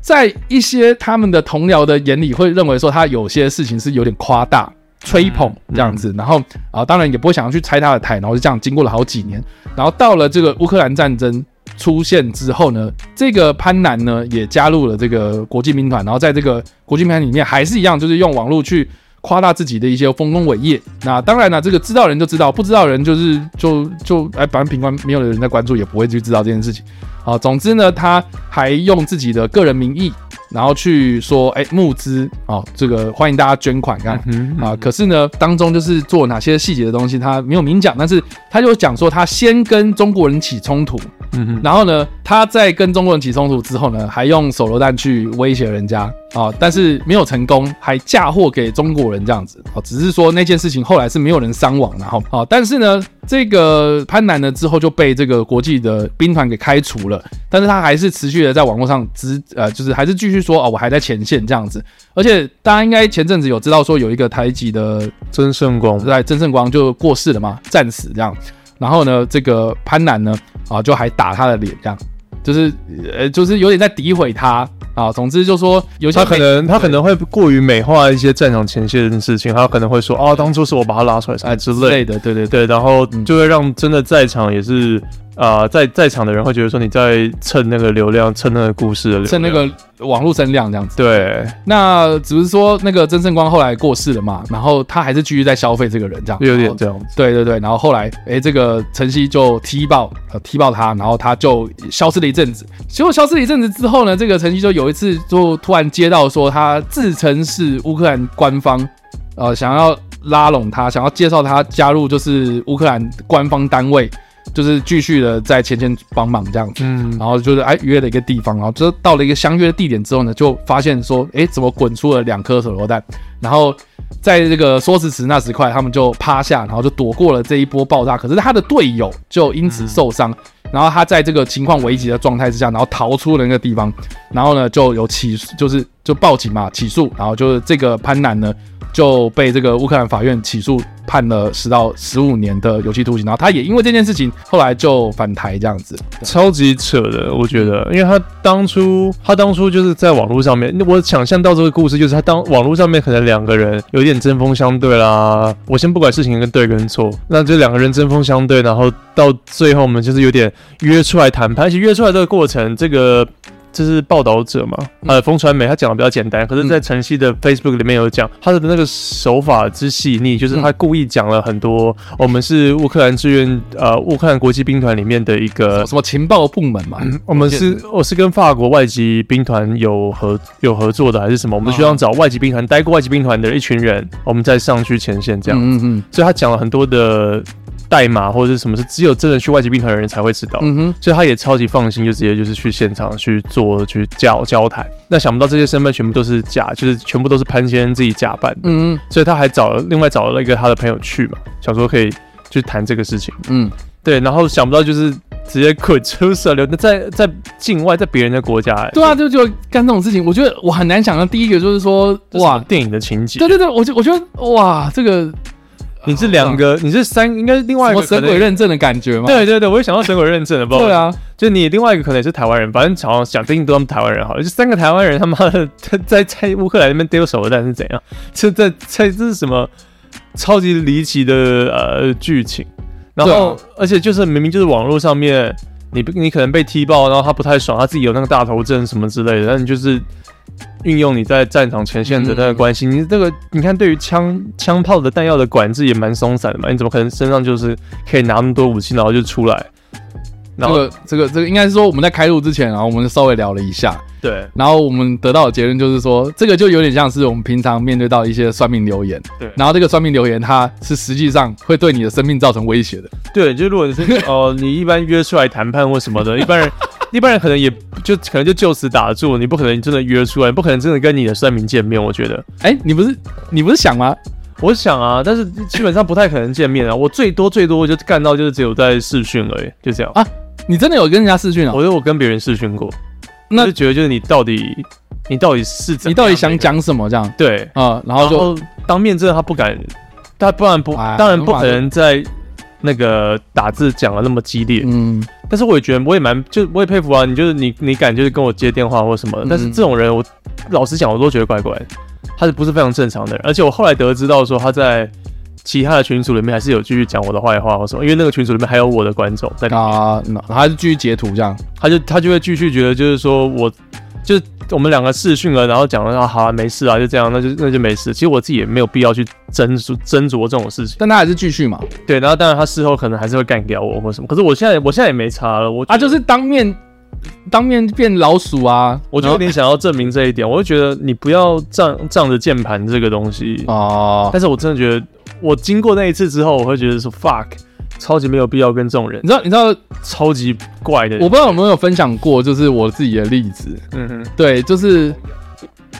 在一些他们的同僚的眼里，会认为说他有些事情是有点夸大、吹捧这样子，然后啊，当然也不会想要去拆他的台，然后就这样经过了好几年，然后到了这个乌克兰战争出现之后呢，这个潘南呢也加入了这个国际兵团，然后在这个国际兵团里面还是一样，就是用网络去。夸大自己的一些丰功伟业，那当然了，这个知道人就知道，不知道人就是就就哎，反正平官没有人在关注，也不会去知道这件事情。好，总之呢，他还用自己的个人名义，然后去说，哎、募资啊、哦，这个欢迎大家捐款，看、啊。可是呢，当中就是做哪些细节的东西，他没有明讲，但是他就讲说，他先跟中国人起冲突，
嗯哼，
然后呢，他在跟中国人起冲突之后呢，还用手榴弹去威胁人家啊、但是没有成功，还嫁祸给中国人这样子啊、只是说那件事情后来是没有人伤亡，然后啊、但是呢，这个潘南呢之后就被这个国际的兵团给开除了，但是他还是持续的在网络上支呃，就是还是继续说哦，我还在前线这样子，而且大家应该前阵子有知道说有一个台籍的
真圣光，
在曾圣光就过世了嘛，战死这样。然后呢，这个潘南呢，啊，就还打他的脸，这样，就是呃，就是有点在诋毁他啊。总之就说有些
他可能他可能会过于美化一些战场前线的事情，他可能会说哦，当初是我把他拉出来什
哎
么之
之
类
类的，对对对，
对，然后就会让真的在场也是啊、呃在在场的人会觉得说你在蹭那个流量，蹭那个故事的流量，
趁那个网络声量这样子。
对，
那只是说那个曾圣光后来过世了嘛，然后他还是继续在消费这个人，这样
有
然
点
后
这样子。
对对对，然后后来，哎，这个晨曦就踢爆，呃，踢爆他，然后他就消失了一阵子。结果消失了一阵子之后呢，这个晨曦就有一次就突然接到说，他自称是乌克兰官方，呃，想要拉拢他，想要介绍他加入就是乌克兰官方单位，就是继续的在前线帮忙这样子。
嗯，
然后就是哎约了一个地方，然后就到了一个相约的地点之后呢，就发现说，哎，怎么滚出了两颗手榴弹？然后在这个说时迟那时快，他们就趴下，然后就躲过了这一波爆炸。可是他的队友就因此受伤，然后他在这个情况危急的状态之下，然后逃出了那个地方，然后呢就有起诉，就是就报警嘛，起诉，然后就是这个潘南呢就被这个乌克兰法院起诉判了十到十五年的有期徒刑，然后他也因为这件事情后来就反台这样子。
超级扯的，我觉得，因为他当初他当初就是在网络上面，我想象到这个故事就是他当网络上面可能两个人有点针锋相对啦。我先不管事情跟对跟错，那这两个人针锋相对，然后到最后我们就是有点约出来谈判，而且约出来这个过程，这个。这是报道者嘛？呃，冯传媒他讲的比较简单，可是，在晨曦的 Facebook 里面有讲他的那个手法之细腻，就是他故意讲了很多，哦我们是乌克兰志愿呃乌克兰国际兵团里面的一个
呃什么情报部门嘛，
嗯我们是
见
我是跟法国外籍兵团有合有合作的，还是什么？我们需
啊
要找外籍兵团待过外籍兵团的一群人，我们再上去前线这样。
嗯嗯嗯，
所以他讲了很多的代码或者是什么是只有真的去外籍兵团的人才会知道。
嗯哼，
所以他也超级放心，就直接就是去现场去做去交交谈。那想不到这些身份全部都是假，就是全部都是潘先生自己假扮的。
嗯
所以他还找了另外找了一个他的朋友去嘛，想说可以去谈这个事情。
嗯，
对，然后想不到就是直接滚出社流，那在 在境外，在别人的国家、欸，
对啊，就就干这种事情，我觉得我很难想象。第一个就是说，
这是什
哇，
么电影的情节，
对对对，我就我觉得哇，这个
你是两个，你是三，应该是另外
什
一个
么神
可
鬼
能。
认证的感觉嘛，
对对对，我也想到神鬼认证了，不知道
对啊，
就你另外一个可能也是台湾人，反正好像想定都他们台湾人好了，就三个台湾人他妈的在在乌克兰那边丢手榴弹是怎样？ 这这这这是什么超级离奇的呃剧情？然
啊
后、而且就是明明就是网络上面你你可能被踢爆，然后他不太爽，他自己有那个大头症什么之类的，但你就是运用你在战场前线
嗯
的那个关系，你这个你看对于枪枪炮的弹药的管制也蛮松散的嘛，你怎么可能身上就是可以拿那么多武器然后就出来？
这
然后、
个这个这个应该是说我们在开录之前，然后我们稍微聊了一下，
对。
然后我们得到的结论就是说，这个就有点像是我们平常面对到一些算命留言，
对
然后这个算命留言它是实际上会对你的生命造成威胁的，
对，就如果你是 哦，你一般约出来谈判或什么的，一般人一般人可能也就可能就就此打住，你不可能真的约出来，不可能真的跟你的算命见面。我觉得，
哎，你不是你不是想吗？
我想啊，但是基本上不太可能见面啊。我最多最多就干到就是只有在视讯而已，就这样。
啊你真的有跟人家视讯哦？
我就我跟别人视讯过，
那
我就觉得就是你到底你到底是怎
你到底
样的
想
一个
讲什么这样？
对，
啊、然后
然
就
后当面真的他不敢，他不然不
哎
当然不
无法
可能在那个打字讲的那么激烈，
嗯，
但是我也觉得，我也蛮，就我也佩服啊。你就是你，你敢就是跟我接电话或什么的，但是
嗯
这种人我，老实讲，我都觉得怪怪的。他是不是非常正常的人？而且我后来得知到说，他在其他的群组里面还是有继续讲我的坏话或什么，因为那个群组里面还有我的观众在里面，
啊，那他就继续截图这样，
他就他就会继续觉得就是说我就是我们两个视讯了，然后讲了啊好啊没事啊就这样，那就那就没事。其实我自己也没有必要去斟酌斟酌这种事情。
但他还是继续嘛，
对，然后当然他事后可能还是会干掉我或什么，可是我现在我现在也没差了，我
啊，就是当面当面变老鼠啊，
我就有点想要证明这一点，我就觉得你不要仗仗着键盘这个东西。
哦、
但是我真的觉得，我经过那一次之后，我会觉得说 fuck，超级没有必要跟这种人
你，知道你知道，
超级怪的人。
我不知道有没有分享过，就是我自己的例子，
嗯哼，
对，就是，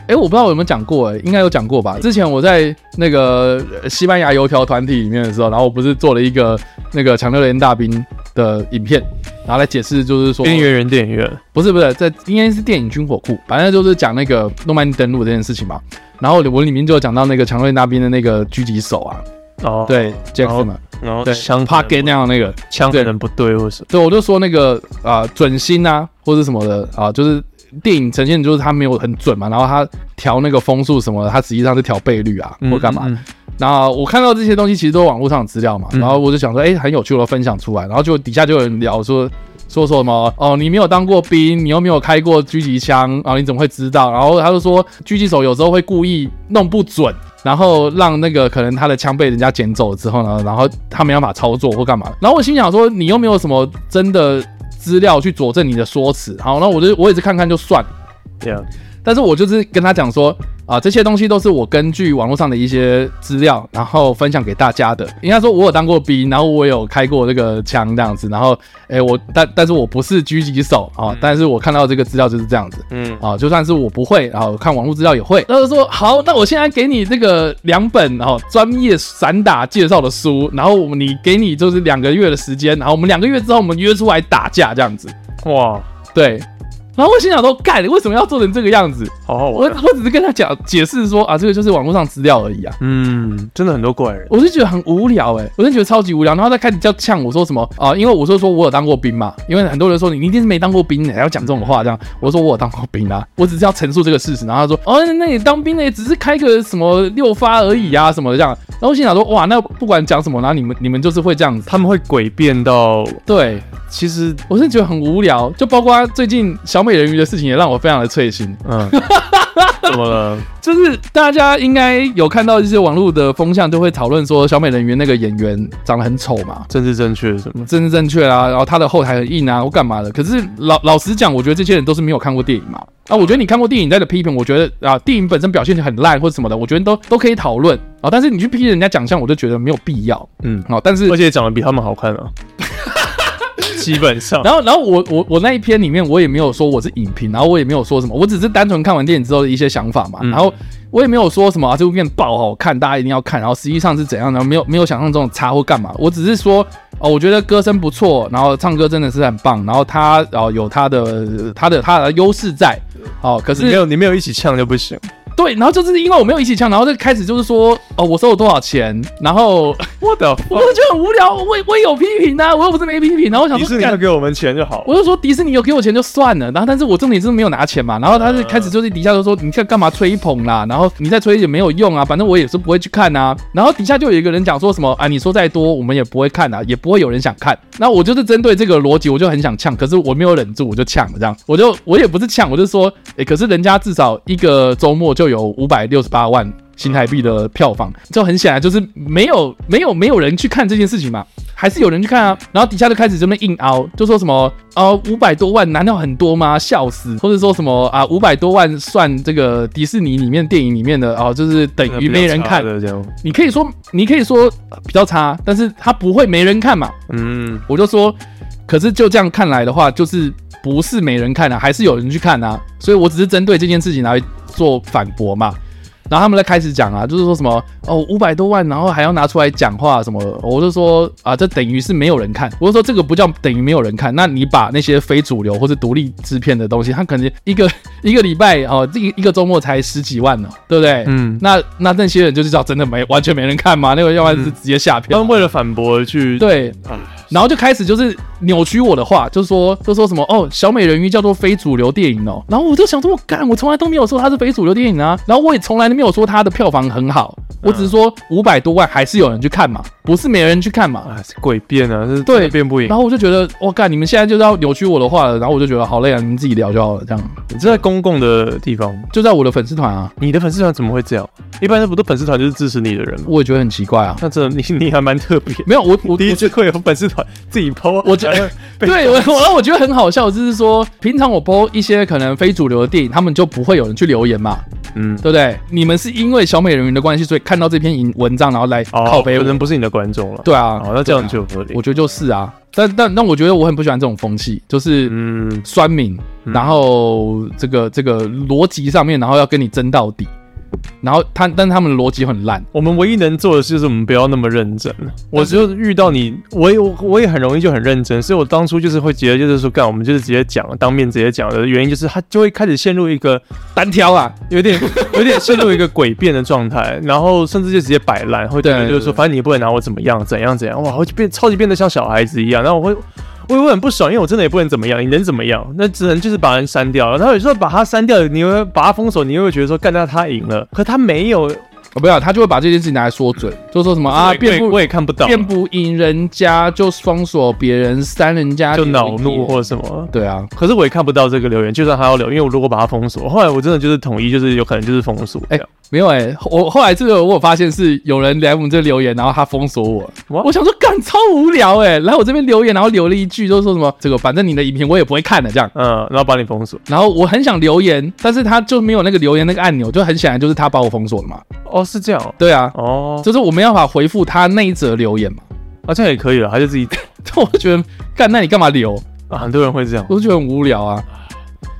哎、我不知道我有没有讲过、诶应该有讲过吧。之前我在那个呃西班牙油条团体里面的时候，然后我不是做了一个那个抢救连大兵的影片，然后来解释，就是说，
边缘人电影院，
不是不是，在应该是电影军火库，反正就是讲那个诺曼底登陆这件事情嘛。然后我里面就有讲到那个强队那边的那个狙击手啊，
哦，，
对杰克
后
逊嘛，
然后
对，
枪
帕
可
给
能
那样那个，
不枪可能不对或什么，
对，我就说那个啊、准心啊，或者什么的啊、就是电影呈现就是他没有很准嘛，然后他调那个风速什么的，他实际上是调倍率啊，
嗯
或干嘛的
嗯嗯
然后我看到这些东西其实都是网络上的资料嘛，
嗯
然后我就想说，哎、很有趣，我都分享出来，然后就底下就有人聊说。 说什么哦？你没有当过兵，你又没有开过狙击枪，然、后你怎么会知道？然后他就说，狙击手有时候会故意弄不准，然后让那个可能他的枪被人家捡走之后呢，然后他没办法操作或干嘛。然后我心想说，你又没有什么真的资料去佐证你的说辞，好，那我就我也是看看就算了。
这样，
但是我就是跟他讲说，啊，这些东西都是我根据网络上的一些资料，然后分享给大家的。应该说，我有当过兵，然后我有开过这个枪这样子，然后，哎，我但但是我不是狙击手啊，但是我看到这个资料就是这样子。
嗯，
啊，就算是我不会，然后看网络资料也会。他就说好，那我现在给你这个两本哦专业散打介绍的书，然后我们你给你就是两个月的时间，然后我们两个月之后我们约出来打架这样子。
哇，
对，然后我心想说，干，你为什么要做成这个样子？
好好
我
玩啊，
我只是跟他讲解释说啊，这个就是网络上资料而已啊。
嗯，真的很多怪人，
我就觉得很无聊哎、我就觉得超级无聊，然后他开始叫呛我说什么啊、因为我说说我有当过兵嘛，因为很多人说你你一定是没当过兵的、还要讲这种话这样，我说我有当过兵啊，我只是要陈述这个事实，然后他说哦，那那你当兵的也只是开个什么六发而已啊什么的这样，然后我心想说哇，那不管讲什么，然后你们你们就是会这样子，
他们会诡辩到，
对
其 实，
我是觉得很无聊，就包括最近小美人鱼的事情也让我非常的脆心，
嗯，怎么了？
就是大家应该有看到一些网络的风向，都会讨论说小美人鱼那个演员长得很丑嘛，
政治正确什么？
政治正确啊，然后他的后台很硬啊，或干嘛的。可是老老实讲，我觉得这些人都是没有看过电影嘛。啊，我觉得你看过电影在的批评，我觉得啊，电影本身表现得很烂或者什么的，我觉得都都可以讨论啊。但是你去批人家奖项，我就觉得没有必要。
嗯，
好、但是
而且长得比他们好看 啊，基本上。
然后，然后我我我那一篇里面，我也没有说我是影评，然后我也没有说什么，我只是单纯看完电影之后的一些想法嘛。
嗯
然后我也没有说什么啊，这部片爆好看，大家一定要看。然后实际上是怎样，然后没有没有想象中的差或干嘛。我只是说哦，我觉得歌声不错，然后唱歌真的是很棒，然后他哦有他的他的他的优势在。哦，可
你没
是
有你没有一起呛就不行，
对，然后就是因为我没有一起唱，然后就开始就是说哦，我收了多少钱，然 后
我的，
我就觉得很无聊，我也我也有批评啊，我又不是没批评，然后我想
迪
说
士尼
干
要给我们钱就好了。
我就说迪士尼有给我钱就算了，然后但是我重点是没有拿钱嘛，然后他就开始就是底下就说你在干嘛吹捧啦，然后你再吹也没有用啊，反正我也是不会去看啊，然后底下就有一个人讲说什么啊，你说再多我们也不会看啊，也不会有人想看，那我就是针对这个逻辑，我就很想呛，可是我没有忍住，我就呛了这样，我就我也不是呛，我就说，诶，可是人家至少一个周末就有五百六十八万。新台币的票房，就很显然就是没有没有没有人去看这件事情嘛，还是有人去看啊。然后底下就开始这边硬凹，就说什么啊五百多万难道很多吗？笑死！或者说什么啊五百多万算这个迪士尼里面电影里面的哦、就是等于没人看。
的这样，
你可以说你可以说呃比较差，但是它不会没人看嘛。
嗯，
我就说，可是就这样看来的话，就是不是没人看啊，还是有人去看啊，所以我只是针对这件事情来做反驳嘛。然后他们在开始讲啊，就是说什么哦五百多万，然后还要拿出来讲话什么的，我就说啊，这等于是没有人看。我就说这个不叫等于没有人看，那你把那些非主流或是独立制片的东西，他可能一个一个礼拜哦，这一一个周末才十几万呢，对不对？
嗯
那那那些人就是叫真的没完全没人看嘛，那个要不然是直接下片
嗯他
嘛。
们为了反驳去，
对
啊，
然后就开始就是扭曲我的话，就说就说什么哦，小美人鱼叫做非主流电影哦，然后我就想说，我干，我从来都没有说它是非主流电影啊，然后我也从来都没有说它的票房很好，我只是说五百多万还是有人去看嘛，不是没人去看嘛。
啊，是诡辩啊，是
对
辩不赢
然。后我就觉得，我干，你们现在就是要扭曲我的话了，然后我就觉得好累啊，你们自己聊就好了，这样
你这在公共的地方，
就在我的粉丝团啊，
你的粉丝团怎么会这样？一般的不都粉丝团就是支持你的人吗？
我也觉得很奇怪啊，
那这你你还蛮特别，
没有我我
第一次会有粉丝团自己啊 PO，
我觉
然后被
对我，我然后我觉得很好笑，就是说平常我播一些可能非主流的电影，他们就不会有人去留言嘛，
嗯，
对不对？你们是因为小美人鱼的关系，所以看到这篇文文章，然后来
哦
靠背我
可。能不是你的观众了。
对啊，
哦，那这样
对啊
就合理
我。觉得就是啊，但但但我觉得我很不喜欢这种风气，就是
嗯，
酸民，然后这个这个逻辑上面，然后要跟你争到底，然后他但他们的逻辑很烂，
我们唯一能做的就是我们不要那么认真。我就遇到你，我也我我也很容易就很认真，所以我当初就是会直接就是说干，我们就是直接讲，当面直接讲的原因就是他就会开始陷入一个
单挑啊，
有点有点陷入一个诡辩的状态，然后甚至就直接摆烂，会觉
对
得
对
就是说
对
反正你也不能拿我怎么样怎样怎样，哇，我就变超级变得像小孩子一样，然后我会。我也会很不爽，因为我真的也不能怎么样，你能怎么样？那只能就是把人删掉。然后有时候把他删掉，你会把他封锁，你又会觉得说干掉他赢了，可他没有
我不要他就会把这件事情拿来说嘴，就说什么啊，
我也
辩
我也我
不
也看不到，
辩不赢人家就封锁别人，删人家
就
脸
恼怒
脸
或什么。
对啊，
可是我也看不到这个留言，就算他要留，因为我如果把他封锁，后来我真的就是统一，就是有可能就是封锁。
哎、
哎、
没有哎、我后来这个我有发现是有人来我们这留言，然后他封锁我，
What？
我想说干超无聊哎、来我这边留言，然后留了一句就是说什么这个反正你的影评我也不会看的这样，
嗯，然后把你封锁。
然后我很想留言，但是他就没有那个留言那个按钮，就很显然就是他把我封锁了嘛，
哦，是这样哦。
对啊，
哦，
就是我没办法回复他那一则留言嘛，
啊，这样也可以了，他就自己
我就觉得干那你干嘛留，
啊，很多人会这样，
我就觉得很无聊啊，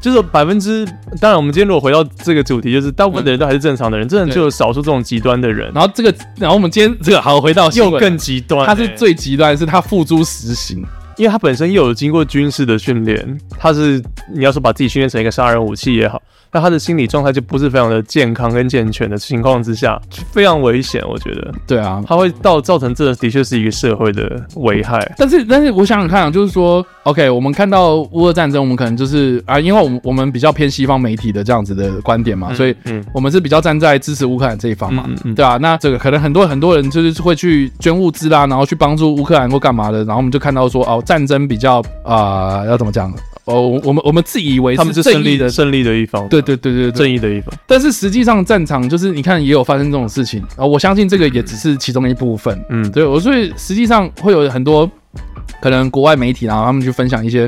就是百分之，当然我们今天如果回到这个主题，就是大部分的人都还是正常的人，真的就有少数这种极端的人，
然后这个然后我们今天这个好回到新
又
闻
更哎极端，欸
他是最极端的是他付诸实行，
因为他本身又有经过军事的训练，他是你要说把自己训练成一个杀人武器也好，那他的心理状态就不是非常的健康跟健全的情况之下，非常危险。我觉得
对啊，
他会到造成这的确是一个社会的危害。
但是，但是我想想看、啊，就是说，OK，我们看到乌俄战争，我们可能就是啊，因为我们我们比较偏西方媒体的这样子的观点嘛，所以
嗯
我们是比较站在支持乌克兰这一方嘛，
嗯嗯
对啊，那这个可能很多很多人就是会去捐物资啦，然后去帮助乌克兰或干嘛的，然后我们就看到说哦，战争比较啊、要怎么讲？哦，我我们我们自以为
他们是
正
胜
义
利
的，
胜利的一方，
对对对对对，
正义的一方。
但是实际上战场就是你看也有发生这种事情啊、我相信这个也只是其中的一部分。
嗯
对我所以实际上会有很多可能国外媒体，然后他们去分享一些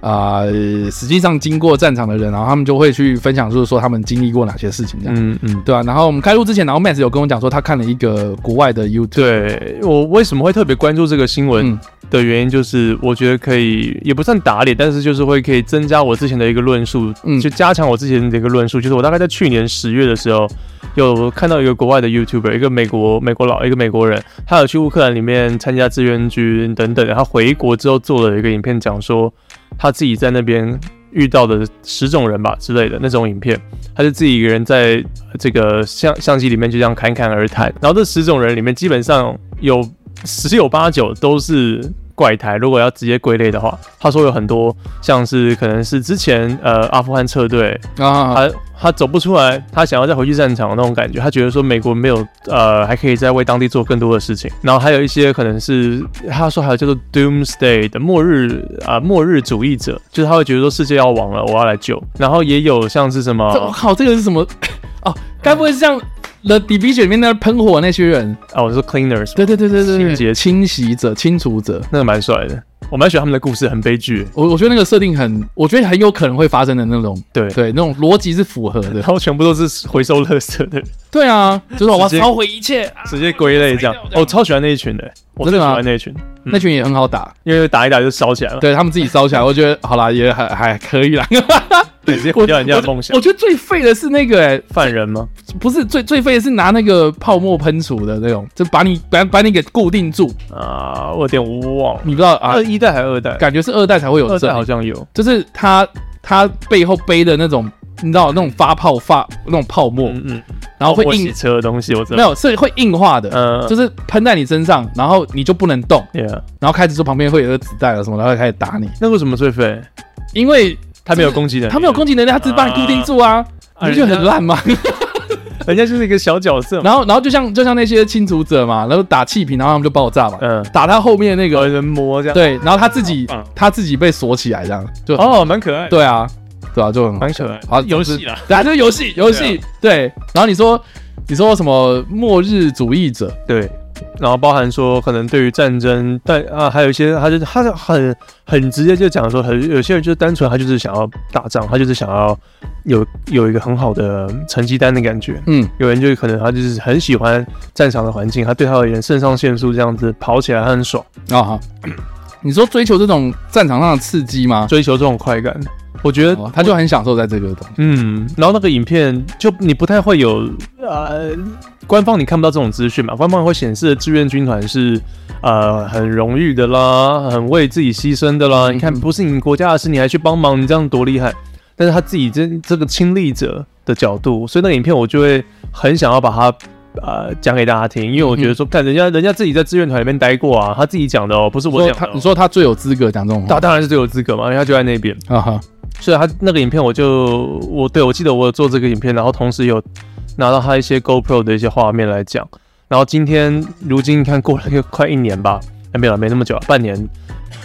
啊、呃实际上经过战场的人，然后他们就会去分享，就是说他们经历过哪些事情这样。
嗯嗯，
对啊，然后我们开录之前，然后 Max 有跟我讲说，他看了一个国外的 YouTube，
对我为什么会特别关注这个新闻
嗯
的原因，就是我觉得可以也不算打脸，但是就是会可以增加我之前的一个论述，
嗯
就加强我之前的一个论述。就是我大概在去年十月的时候，有看到一个国外的 YouTuber，一个美国美国佬，一个美国人，他有去乌克兰里面参加志愿军等等，他回国之后做了一个影片，讲说他自己在那边遇到的十种人吧之类的那种影片，他就自己一个人在这个相相机里面就这样侃侃而谈。然后这十种人里面，基本上有十有八九都是怪胎。如果要直接归类的话，他说有很多像是可能是之前呃阿富汗撤退，
啊，
他他走不出来，他想要再回去战场的那种感觉，他觉得说美国没有呃还可以再为当地做更多的事情，然后还有一些可能是他说还有叫做 doomsday 的末日啊、末日主义者，就是他会觉得说世界要亡了，我要来救，然后也有像是什
这我
么
靠，这个是什么？ 哦，该不会是像 The Division 里面那喷火那些人？
啊，我说 cleaners，
对对对对对
清洁
对，清洗者、清除者。
那个蛮帅的，我蛮喜欢他们的故事，很悲剧，
我我觉得那个设定很，我觉得很有可能会发生的那种，
对。
对，那种逻辑是符合的
然。后全部都是回收垃圾的，
对啊，就是我要
直接嗯
烧毁一切，啊
直接归类这样。哦，我超喜欢那一群的，我
真
最
的
喜
吗
欢那一群，嗯
那群也很好打，
因为打一打就烧起来了，
对他们自己烧起来，我觉得好啦，也还还可以啦。
对，直接毁掉人家的梦想
我。觉得最废的是那个、欸，
犯人吗？
不是最最废的是拿那个泡沫喷出的那种，就把你把把你给固定住，
啊，我有点忘了，
你不知道啊
二，一代还是二代？
感觉是二代才会有
二
这
代
样
好，像有，
就是他他背后背的那种，你知道那种发泡发那种泡沫，
嗯嗯，
然后会
我
硬
洗车的东西，我知
没
道。
有是会硬化的，
嗯
就是喷在你身上，然后你就不能动，
，Yeah，
然后开始说旁边会有个子弹了什么，然后开始打你，
那为什么最废？
因为
他没有攻击能力，
他没有攻击能力，他只是把你固定住啊，
啊
你不觉得很烂吗？
人家就是一个小角色嘛。
然后然后就像就像那些清除者嘛，然后打气瓶，然后他们就爆炸嘛，
嗯
打他后面那
有
个，
人摸这样，，
对，然后他自己
好棒
他自己被锁起来这样，就
哦，哎蛮可爱，，
对啊，对啊，就很
蛮可爱。
好
游戏啦，
对啊，就是游戏游戏对，然后你说你说什么末日主义者，
对。然后包含说，可能对于战争，但啊，还有一些，他就他就很很直接就讲说，很有些人就是单纯他就是想要打仗，他就是想要有有一个很好的成绩单的感觉，
嗯
有人就可能他就是很喜欢战场的环境，他对他而言肾上腺素这样子跑起来他很爽，
啊哈，你说追求这种战场上的刺激吗？
追求这种快感。我觉得
哦他就很享受在这个东西。
嗯，然后那个影片就你不太会有呃，官方你看不到这种资讯嘛，官方会显示的志愿军团是呃很荣誉的啦，很为自己牺牲的啦。
嗯
你看不是你国家的事，你还去帮忙，你这样多厉害。但是他自己这这个亲历者的角度，所以那个影片我就会很想要把它呃讲给大家听，因为我觉得
嗯
说，看人家人家自己在志愿团里面待过啊，他自己讲的哦，不是我
说
讲
他
的、，哦。
你说他最有资格讲这种
他
话
当然是最有资格嘛，因为他就在那边。
啊哈，
所以他那个影片我就我对我记得我有做这个影片，然后同时有拿到他一些 GoPro 的一些画面来讲。然后今天如今你看过了一个快一年吧，还没有啦没那么久啊，半年。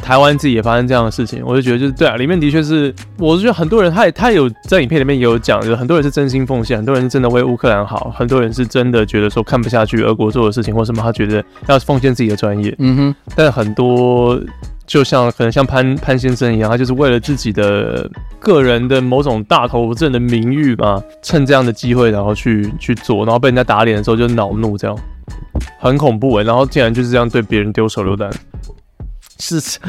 台湾自己也发生这样的事情，我就觉得就是对啊，里面的确是，我是觉得很多人他也他有在影片里面也有讲，有很多人是真心奉献，很多人是真的为乌克兰好，很多人是真的觉得说看不下去俄国做的事情或什么，他觉得要奉献自己的专业。
嗯哼，
但很多就像可能像潘潘先生一样，他就是为了自己的个人的某种大头症的名誉嘛，趁这样的机会然后去去做，然后被人家打脸的时候就恼怒，这样很恐怖诶、欸然后竟然就是这样对别人丢手榴弹。是是，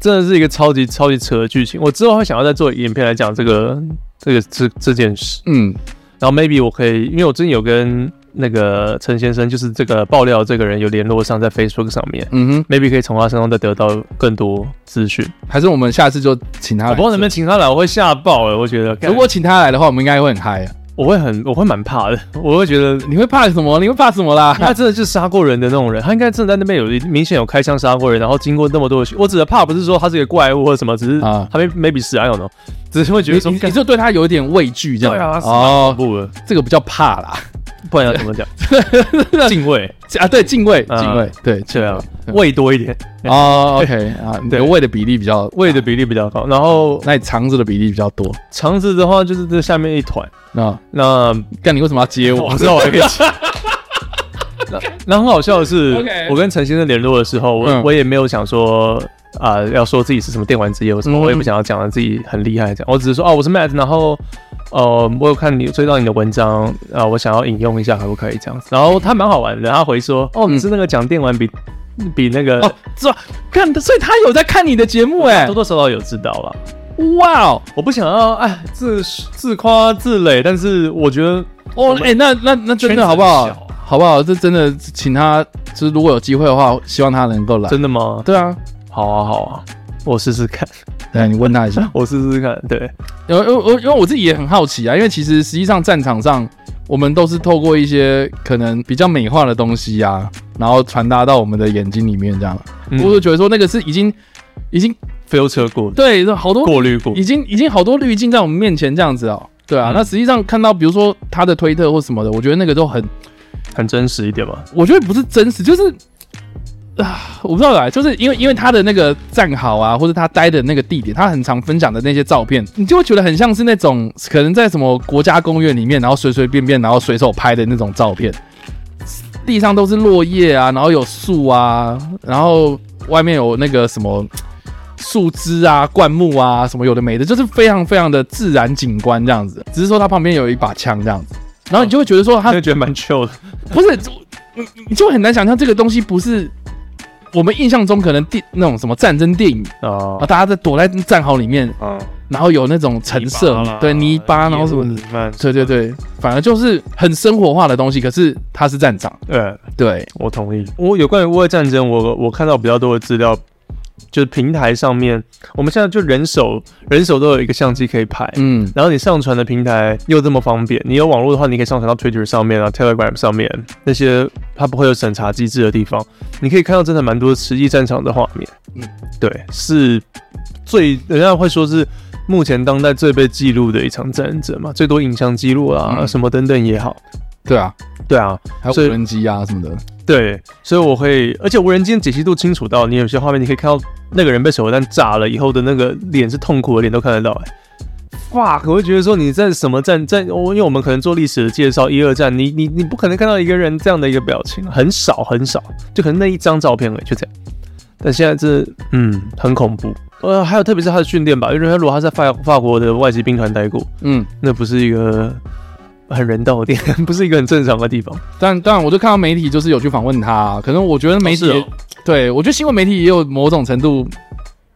真的是一个超级超级扯的剧情。我之后会想要再做影片来讲这个这个这这件事。
嗯，
然后 maybe 我可以，因为我最近有跟那个陈先生，就是这个爆料这个人有联络上，在 Facebook 上面。
嗯哼，
maybe 可以从他身上再得到更多资讯。
还是我们下次就请他
我
来
啊哦不知。道能不能请他来，我会吓爆哎、我觉得，
如果请他来的话，我们应该会很嗨啊。
我会很，我会蛮怕 的，我会觉得。
你会怕什么？你会怕什么啦？
他真的是杀过人的那种人，他应该真的在那边有明显有开枪杀过人，然后经过那么多的血，我指的怕不是说他是个怪物或者什么，只是
啊
他 may- maybe 是 I don't know，只是会觉
你
得说
你你就对他有一点畏惧，这样
对啊，是蛮恐
哦，
怖的。
这个不叫怕啦，
不然要怎么讲？ 敬畏，
啊，对，敬畏，
啊
敬畏，对，
对啊，
对
胃多一点，
啊，OK 啊，你的胃的比例比较，
胃的比例比较高，然后
那你肠子的比例比较多。
肠子的话就是这下面一团，
那
那
干你为什么要接哦我
我不？知道我还可以讲。那 那很好笑的是
OK
我跟陈先生联络的时候，我、
嗯
我也没有想说啊、要说自己是什么电玩职业或什么，
嗯
我也不想要讲得自己很厉害这样，我只是说哦，我是 Matt，然后呃，我有看你追到你的文章啊、我想要引用一下，可不可以这样子？然后他蛮好玩的，他回说哦，你是那个讲电玩比、比那个、
嗯哦，这看，所以他有在看你的节目哎
多，多少少有知道了。
哇哦，
我不想要哎自自夸自擂，但是我觉得
哦，哎、那那那真
圈子
的好不
很小
好？好不好？这真的，请他就是如果有机会的话，希望他能够来。
真的吗？
对啊，
好啊好啊，我试试看，
对，你问他一下。
我试试看，对。
因为我因为我自己也很好奇啊，因为其实实际上战场上，我们都是透过一些可能比较美化的东西啊，然后传达到我们的眼睛里面，这样。
嗯
我就觉得说那个是已经已经
filter 过
对好多
过滤过，
已经已经好多滤镜在我们面前这样子哦。对啊，
嗯
那实际上看到，比如说他的推特或什么的，我觉得那个都很
很真实一点吧。
我觉得不是真实，就是啊，我不知道啦，就是因为因为他的那个站好啊，或者他待的那个地点，他很常分享的那些照片，你就会觉得很像是那种可能在什么国家公园里面，然后随随便便，然后随手拍的那种照片，地上都是落叶啊，然后有树啊，然后外面有那个什么。树枝啊、灌木啊，什么有的没的，就是非常非常的自然景观这样子。只是说他旁边有一把枪这样子，然后你就会觉得说他
那觉得蛮 chill 的，
不是，就你你就很难想象这个东西不是我们印象中可能电那种什么战争电影啊，
哦，
大家在躲在战壕里面，
嗯，
然后有那种橙色对泥巴，然后什么，
么，
对对对，反而就是很生活化的东西。可是它是战场，
对，
对，
我同意。我有关于乌俄战争，我我看到比较多的资料，就是平台上面，我们现在就人手人手都有一个相机可以拍，
嗯
然后你上传的平台又这么方便，你有网络的话，你可以上传到 Twitter 上面啊、Telegram 上面那些它不会有审查机制的地方，你可以看到真的蛮多实际战场的画面。
嗯
嗯，对，是最人家会说是目前当代最被记录的一场战争嘛，最多影像记录啊、
嗯
什么等等也好。
对啊，
对啊，
还有
所以
无人机啊什么的，
对，所以我会，而且无人机的解析度清楚到，你有些画面你可以看到那个人被手榴弹炸了以后的那个脸是痛苦的脸都看得到、欸。哇，可会觉得说你在什么战战，我因为我们可能做历史的介绍，一二战，你你你不可能看到一个人这样的一个表情，很少很少，就可能那一张照片而已，就这样。但现在这嗯很恐怖，呃，还有特别是他的训练吧，因为如果他在法法国的外籍兵团待过，
嗯。
那不是一个很人道的地方，不是一个很正常的地方。
但但我就看到媒体就是有去访问他、啊可能我觉得媒体也、
哦是哦
对我觉得新闻媒体也有某种程度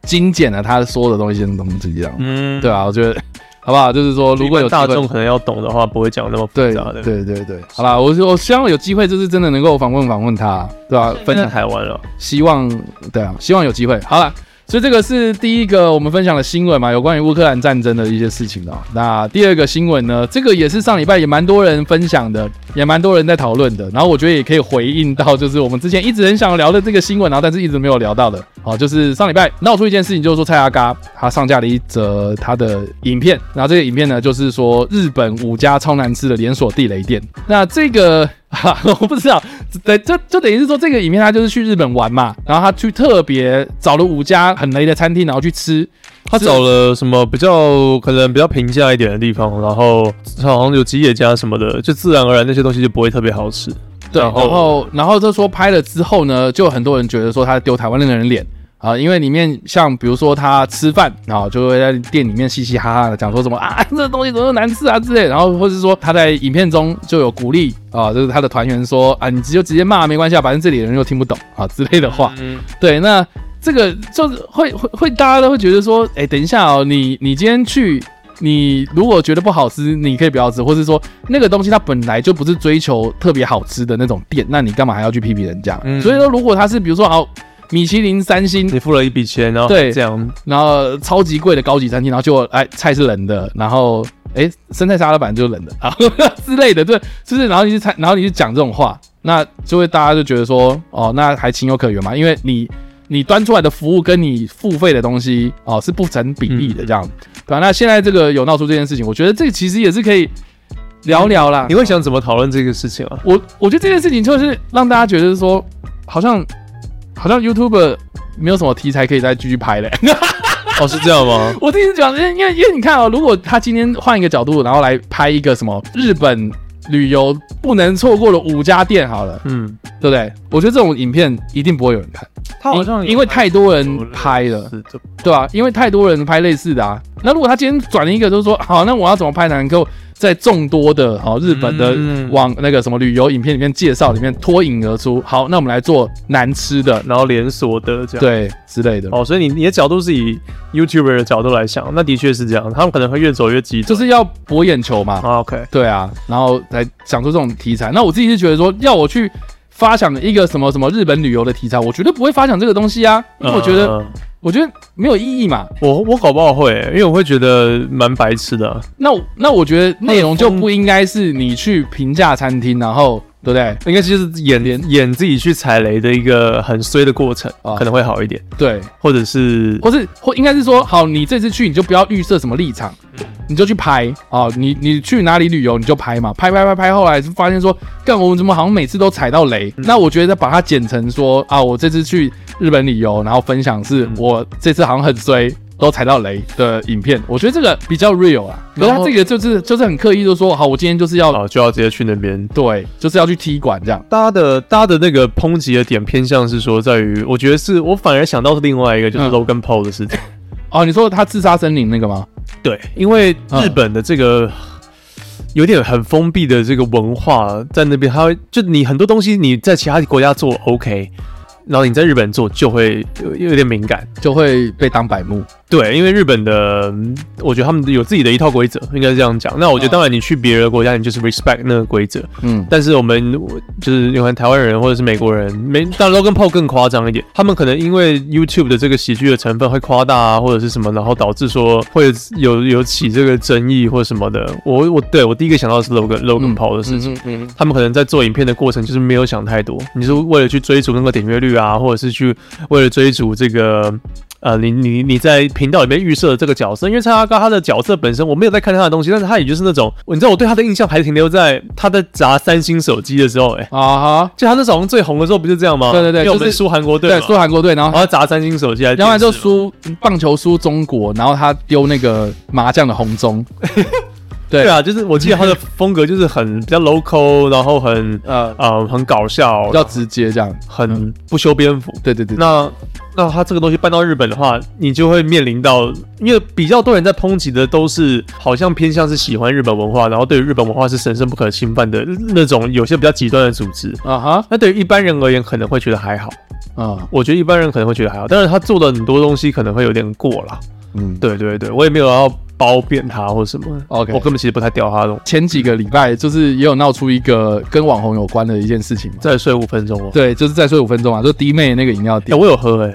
精简了他说的东西，东西这样。
嗯
对啊，我觉得 好不好？就是说，如果有
一般大
机会
众可能要懂的话，不会讲那么复
对
杂的。，
对对对，好啦，我就我希望有机会，就是真的能够访问访问他，对吧、分
分享
享，
台湾了，
希望对啊，希望有机会。好了，所以这个是第一个我们分享的新闻嘛，有关于乌克兰战争的一些事情的哦、那第二个新闻呢，这个也是上礼拜也蛮多人分享的，也蛮多人在讨论的。然后我觉得也可以回应到，就是我们之前一直很想聊的这个新闻，然后但是一直没有聊到的。好，就是上礼拜闹出一件事情，就是说蔡阿嘎他上架了一则他的影片，然后这个影片呢，就是说日本五家超难吃的连锁地雷店。那这个。哈， 我不知道，对，就就等于是说，这个影片他就是去日本玩嘛，然后他去特别找了五家很雷的餐厅，然后去吃，
他找了什么比较可能比较平价一点的地方，然后好像有吉野家什么的，就自然而然那些东西就不会特别好吃。
对，然
然后
后然后就说拍了之后呢，就很多人觉得说他丢台湾那个人脸啊，因为里面像比如说他吃饭啊，就会在店里面嘻嘻哈哈的讲说什么啊， 这东西怎么那么难吃啊之类的，然后或是说他在影片中就有鼓励啊，就是他的团员说啊，你直接直接骂没关系，啊，反正这里的人又听不懂啊之类的话，
嗯，
对，那这个就是会会会，大家都会觉得说，哎、等一下哦，你你今天去，你如果觉得不好吃，你可以不要吃，或是说那个东西它本来就不是追求特别好吃的那种店，那你干嘛还要去批评人家？
嗯
所以说，如果它是比如说好米其林三星，
你付了一笔钱，然后
对
这样
然后超级贵的高级餐厅，然后就哎菜是冷的，然后哎生菜沙拉板就是冷的啊之类的，对，就是然后你去菜，然后你去讲这种话，那就会大家就觉得说哦，那还情有可原嘛，因为你你端出来的服务跟你付费的东西哦是不成比例的这样，对吧、那现在这个有闹出这件事情，我觉得这个其实也是可以聊聊啦
你。会想怎么讨论这个事情啊？
我我觉得这件事情就是让大家觉得说，好像好像 YouTube 没有什么题材可以再继续拍嘞、
哦，是这样吗？
我第一次讲，因为因为因为你看哦，如果他今天换一个角度，然后来拍一个什么日本旅游不能错过的五家店，好了，
嗯，
对不对？我觉得这种影片一定不会有人看，
他好像
因因为太多人拍了，
是这
对吧、因为太多人拍类似的啊。那如果他今天转了一个，就是说，好，那我要怎么拍才能够在众多的哦日本的
嗯
网那个什么旅游影片里面介绍里面脱颖而出？好，那我们来做难吃的，
然后连锁的这样。
对之类的。
哦，所以你你的角度是以 YouTuber 的角度来想，那的确是这样，他们可能会越走越极端。
就是要博眼球嘛，
啊，OK，
对啊，然后来想出这种题材。那我自己是觉得说，要我去发想一个什么什么日本旅游的题材，我绝对不会发想这个东西啊，因为我觉得、
嗯
我觉得没有意义嘛。
我我搞不好会，因为我会觉得蛮白痴的啊，
那我那我觉得内容就不应该是你去评价餐厅，然后对不对？
应该就是演演自己去踩雷的一个很衰的过程，
啊
可能会好一点，
对，
或者是
或是或应该是说，好，你这次去你就不要预设什么立场，你就去拍啊、哦你你去哪里旅游你就拍嘛，拍拍拍拍，后来就发现说，干我们怎么好像每次都踩到雷？那我觉得把它剪成说啊，我这次去日本旅游，然后分享是我这次好像很衰。都踩到雷的影片，我觉得这个比较 real 啊。可是
然
他
后
这个就是就是很刻意，就说好，我今天就是要、
啊就要直接去那边。
对，就是要去踢馆这样。
大家的大家的那个抨击的点偏向是说，在于我觉得是我反而想到是另外一个就是
嗯
Logan Paul 的 事情，
哦，你说他自杀森林那个吗？
对，因为
嗯
日本的这个有点很封闭的这个文化在那边，它会就你很多东西你在其他国家做 OK，然后你在日本做就会有有点敏感。
就会被当百目。
对，因为日本的，嗯我觉得他们有自己的一套规则，应该是这样讲。那我觉得，当然你去别的国家，你就是 respect 那个规则。
嗯，
但是我们我就是有看台湾人或者是美国人，没，但 Logan Paul 更夸张一点，他们可能因为 YouTube 的这个喜剧的成分会夸大啊，或者是什么，然后导致说会有有起这个争议或什么的。我我对我第一个想到的是 Logan Logan Paul 的事情。
嗯嗯
他们可能在做影片的过程就是没有想太多，你是为了去追逐那个点阅率啊，或者是去为了追逐这个。呃，你你你在频道里面预设的这个角色，因为蔡阿嘎他的角色本身我没有在看他的东西，但是他也就是那种，你知道我对他的印象还停留在他在砸三星手机的时候、欸，哎，
啊哈，
就他那时候好像最红的时候不是这样吗？
对对对
因为我
就
们
是
输韩国队嘛，
对，输韩国队，然后
然后他砸三星手机哦还是电视哦
要
嘛，
不然就输棒球输中国，然后他丢那个麻将的红中，对
对啊，就是我记得他的风格就是很比较 local，然后很
呃，
呃很搞笑，
比较直接这样。
很不修边幅，
对对对，
那那他这个东西搬到日本的话，你就会面临到，因为比较多人在抨击的都是好像偏向是喜欢日本文化，然后对于日本文化是神圣不可侵犯的那种，有些比较极端的组织。
啊哈，
那对于一般人而言，可能会觉得还好。
啊
我觉得一般人可能会觉得还好，但是他做的很多东西可能会有点过了。
嗯，对。
对对对，我也没有要褒贬他或什么。
OK
我根本其实不太屌他的。
前几个礼拜就是也有闹出一个跟网红有关的一件事情嘛，
再睡五分钟哦。
对，就是再睡五分钟啊，就弟妹那个饮料
哎、
店，
我有喝哎、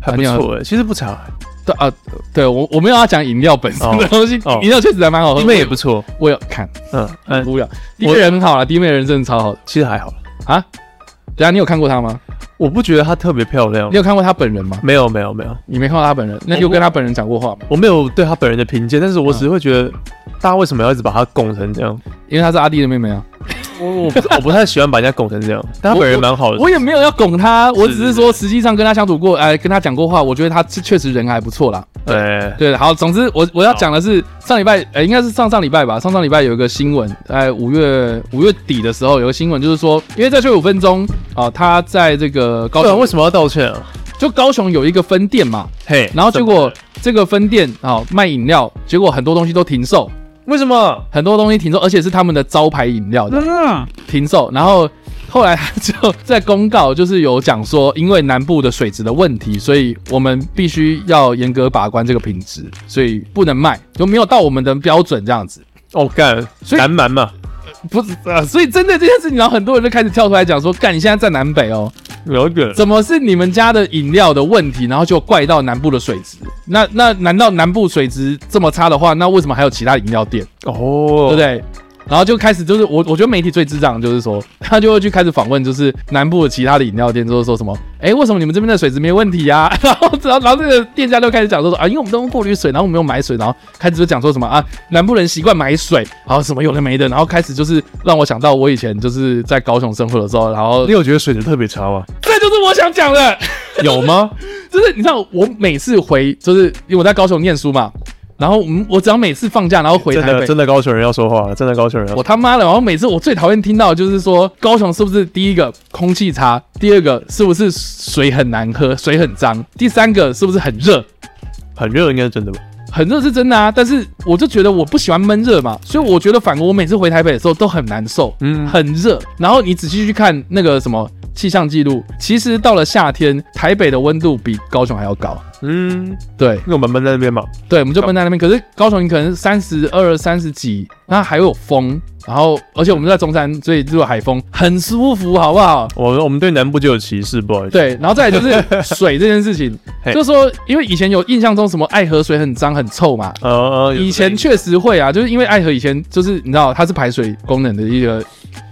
还
啊
不
你有
错哎、其实不差、欸，
对啊，对我我没有要讲饮料本身的
哦
东西，
哦
饮料确实还蛮好喝，
弟妹也不错。
我有看，
嗯嗯，
无聊，弟妹人很好啦，弟妹人真的超好的
其实还好。
啊。等一下你有看过他吗？
我不觉得她特别漂亮
你。有看过他本人吗？
没有没有没有，
你没看过他本人，那你有跟他本人讲过话吗？
我没有对她本人的评价，但是我
嗯
只会觉得，大家为什么要一直把她拱成这样？
因为她是阿弟的妹妹啊。
我我不我不太喜欢把人家拱成这样，但她本人蛮好的
我。也没有要拱他，我只是说实际上跟他相处过，哎，跟他讲过话，我觉得他是确实人还不错啦。
哎，
对，好，总之我我要讲的是上礼拜，呃，应该是上上礼拜吧，上上礼拜有一个新闻，在五月五月底的时候有个新闻，就是说，因为在这五分钟啊、他在这个高
不然
雄
啊为，什么要道歉啊？
就高雄有一个分店嘛，
嘿，
然后结果
怎么
这个分店啊、卖饮料，结果很多东西都停售，
为什么？
很多东西停售，而且是他们的招牌饮料的停售。然后后来他就在公告，就是有讲说，因为南部的水质的问题，所以我们必须要严格把关这个品质，所以不能卖，就没有到我们的标准这样子。
哦干，
所以
南蛮嘛，
不是、呃，所以针对这件事情，然后很多人就开始跳出来讲说，干，你现在在南北哦，
有点
怎么是你们家的饮料的问题，然后就怪到南部的水质？那那难道南部水质这么差的话，那为什么还有其他饮料店？
哦，
对不对？然后就开始就是我我觉得媒体最智障的就是说， 他就会去开始访问就是南部的其他的饮料店，就是说什么，哎，为什么你们这边的水质没问题呀、 然后然后然后这个店家就开始讲说啊，因为我们都用过滤水，然后我们没有买水，然后开始就讲说什么啊，南部人习惯买水，然后什么有的没的，然后开始就是让我想到我以前就是在高雄生活的时候，然后
你有觉得水质特别差吗？
这就是我想讲的。
有吗？
就是你知道，我每次回，就是因为我在高雄念书嘛，然后我们我只要每次放假，然后回
真
台
的
北，
真的高雄人要说话了，真的高雄人要
我他妈的，然后每次我最讨厌听到的就是说，高雄是不是第一个空气差，第二个是不是水很难喝，水很脏，第三个是不是很热？
很热，应该是真的吧？
很热是真的啊，但是我就觉得我不喜欢闷热嘛，所以我觉得反而我每次回台北的时候都很难受，
嗯
很热。然后你仔细去看那个什么气象记录，其实到了夏天，台北的温度比高雄还要高。
嗯，
对，
因为我们闷在那边嘛，
对，我们就闷在那边。可是高雄你可能三十二、三十几，那还会有风，然后而且我们在中山，所以就有海风，很舒服，好不 好？
我我们对南部就有歧视，不好意思。，
对，然后再来就是水这件事情，
嘿
就是说，因为以前有印象中什么爱河水很脏很臭嘛，
呃呃，有
以前确实会啊，就是因为爱河以前就是你知道它是排水功能的一个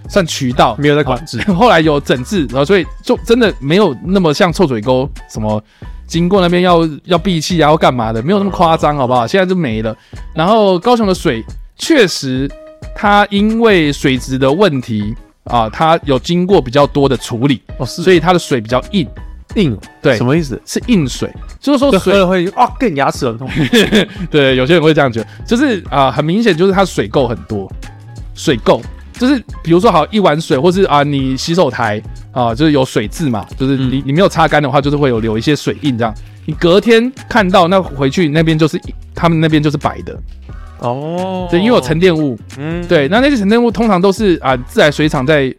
算渠道，
没有在管 制，
后来有整治，然后所以就真的没有那么像臭水沟什么经过那边要 要闭气啊，要干嘛的，没有那么夸张，好不好？现在就没了。然后高雄的水确实，它因为水质的问题啊，它有经过比较多的处理，
哦是
所以它的水比较硬，
硬，
对
什么意思？
是硬水，就是说
就喝
水
了会啊，更牙齿很 痛。
对，有些人会这样觉得，就是啊、很明显就是它水垢很多，水垢就是比如说好一碗水，或是啊、你洗手台啊、就是有水渍嘛，就是你你没有擦干的话，就是会有留一些水印这样。你隔天看到那回去那边就是他们那边就是白的，
哦，
对，因为有沉淀物，
嗯，
对，那那些沉淀物通常都是啊、自来水厂在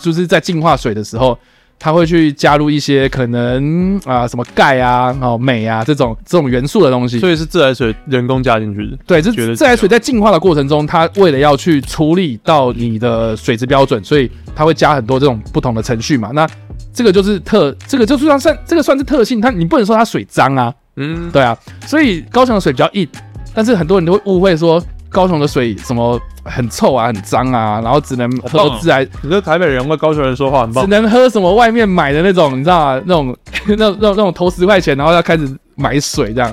就是在净化水的时候。它会去加入一些可能啊、什么钙啊、哦镁啊这种这种元素的东西，
所以是自来水人工加进去的。
对，这
觉得
自来水在净化的过程中，它为了要去处理到你的水质标准，所以它会加很多这种不同的程序嘛。那这个就是特，这个就是算算这个算是特性，它你不能说它水脏啊，
嗯，
对啊。所以高雄的水比较硬，但是很多人都会误会说高雄的水什么很臭啊、很脏啊，然后只能
棒
喝
哦
自来，
你说台北人跟高雄人说话很
只
棒，
能喝什么外面买的那种，你知道吗、那种 那种那种那种投十块钱，然后要开始买水这样，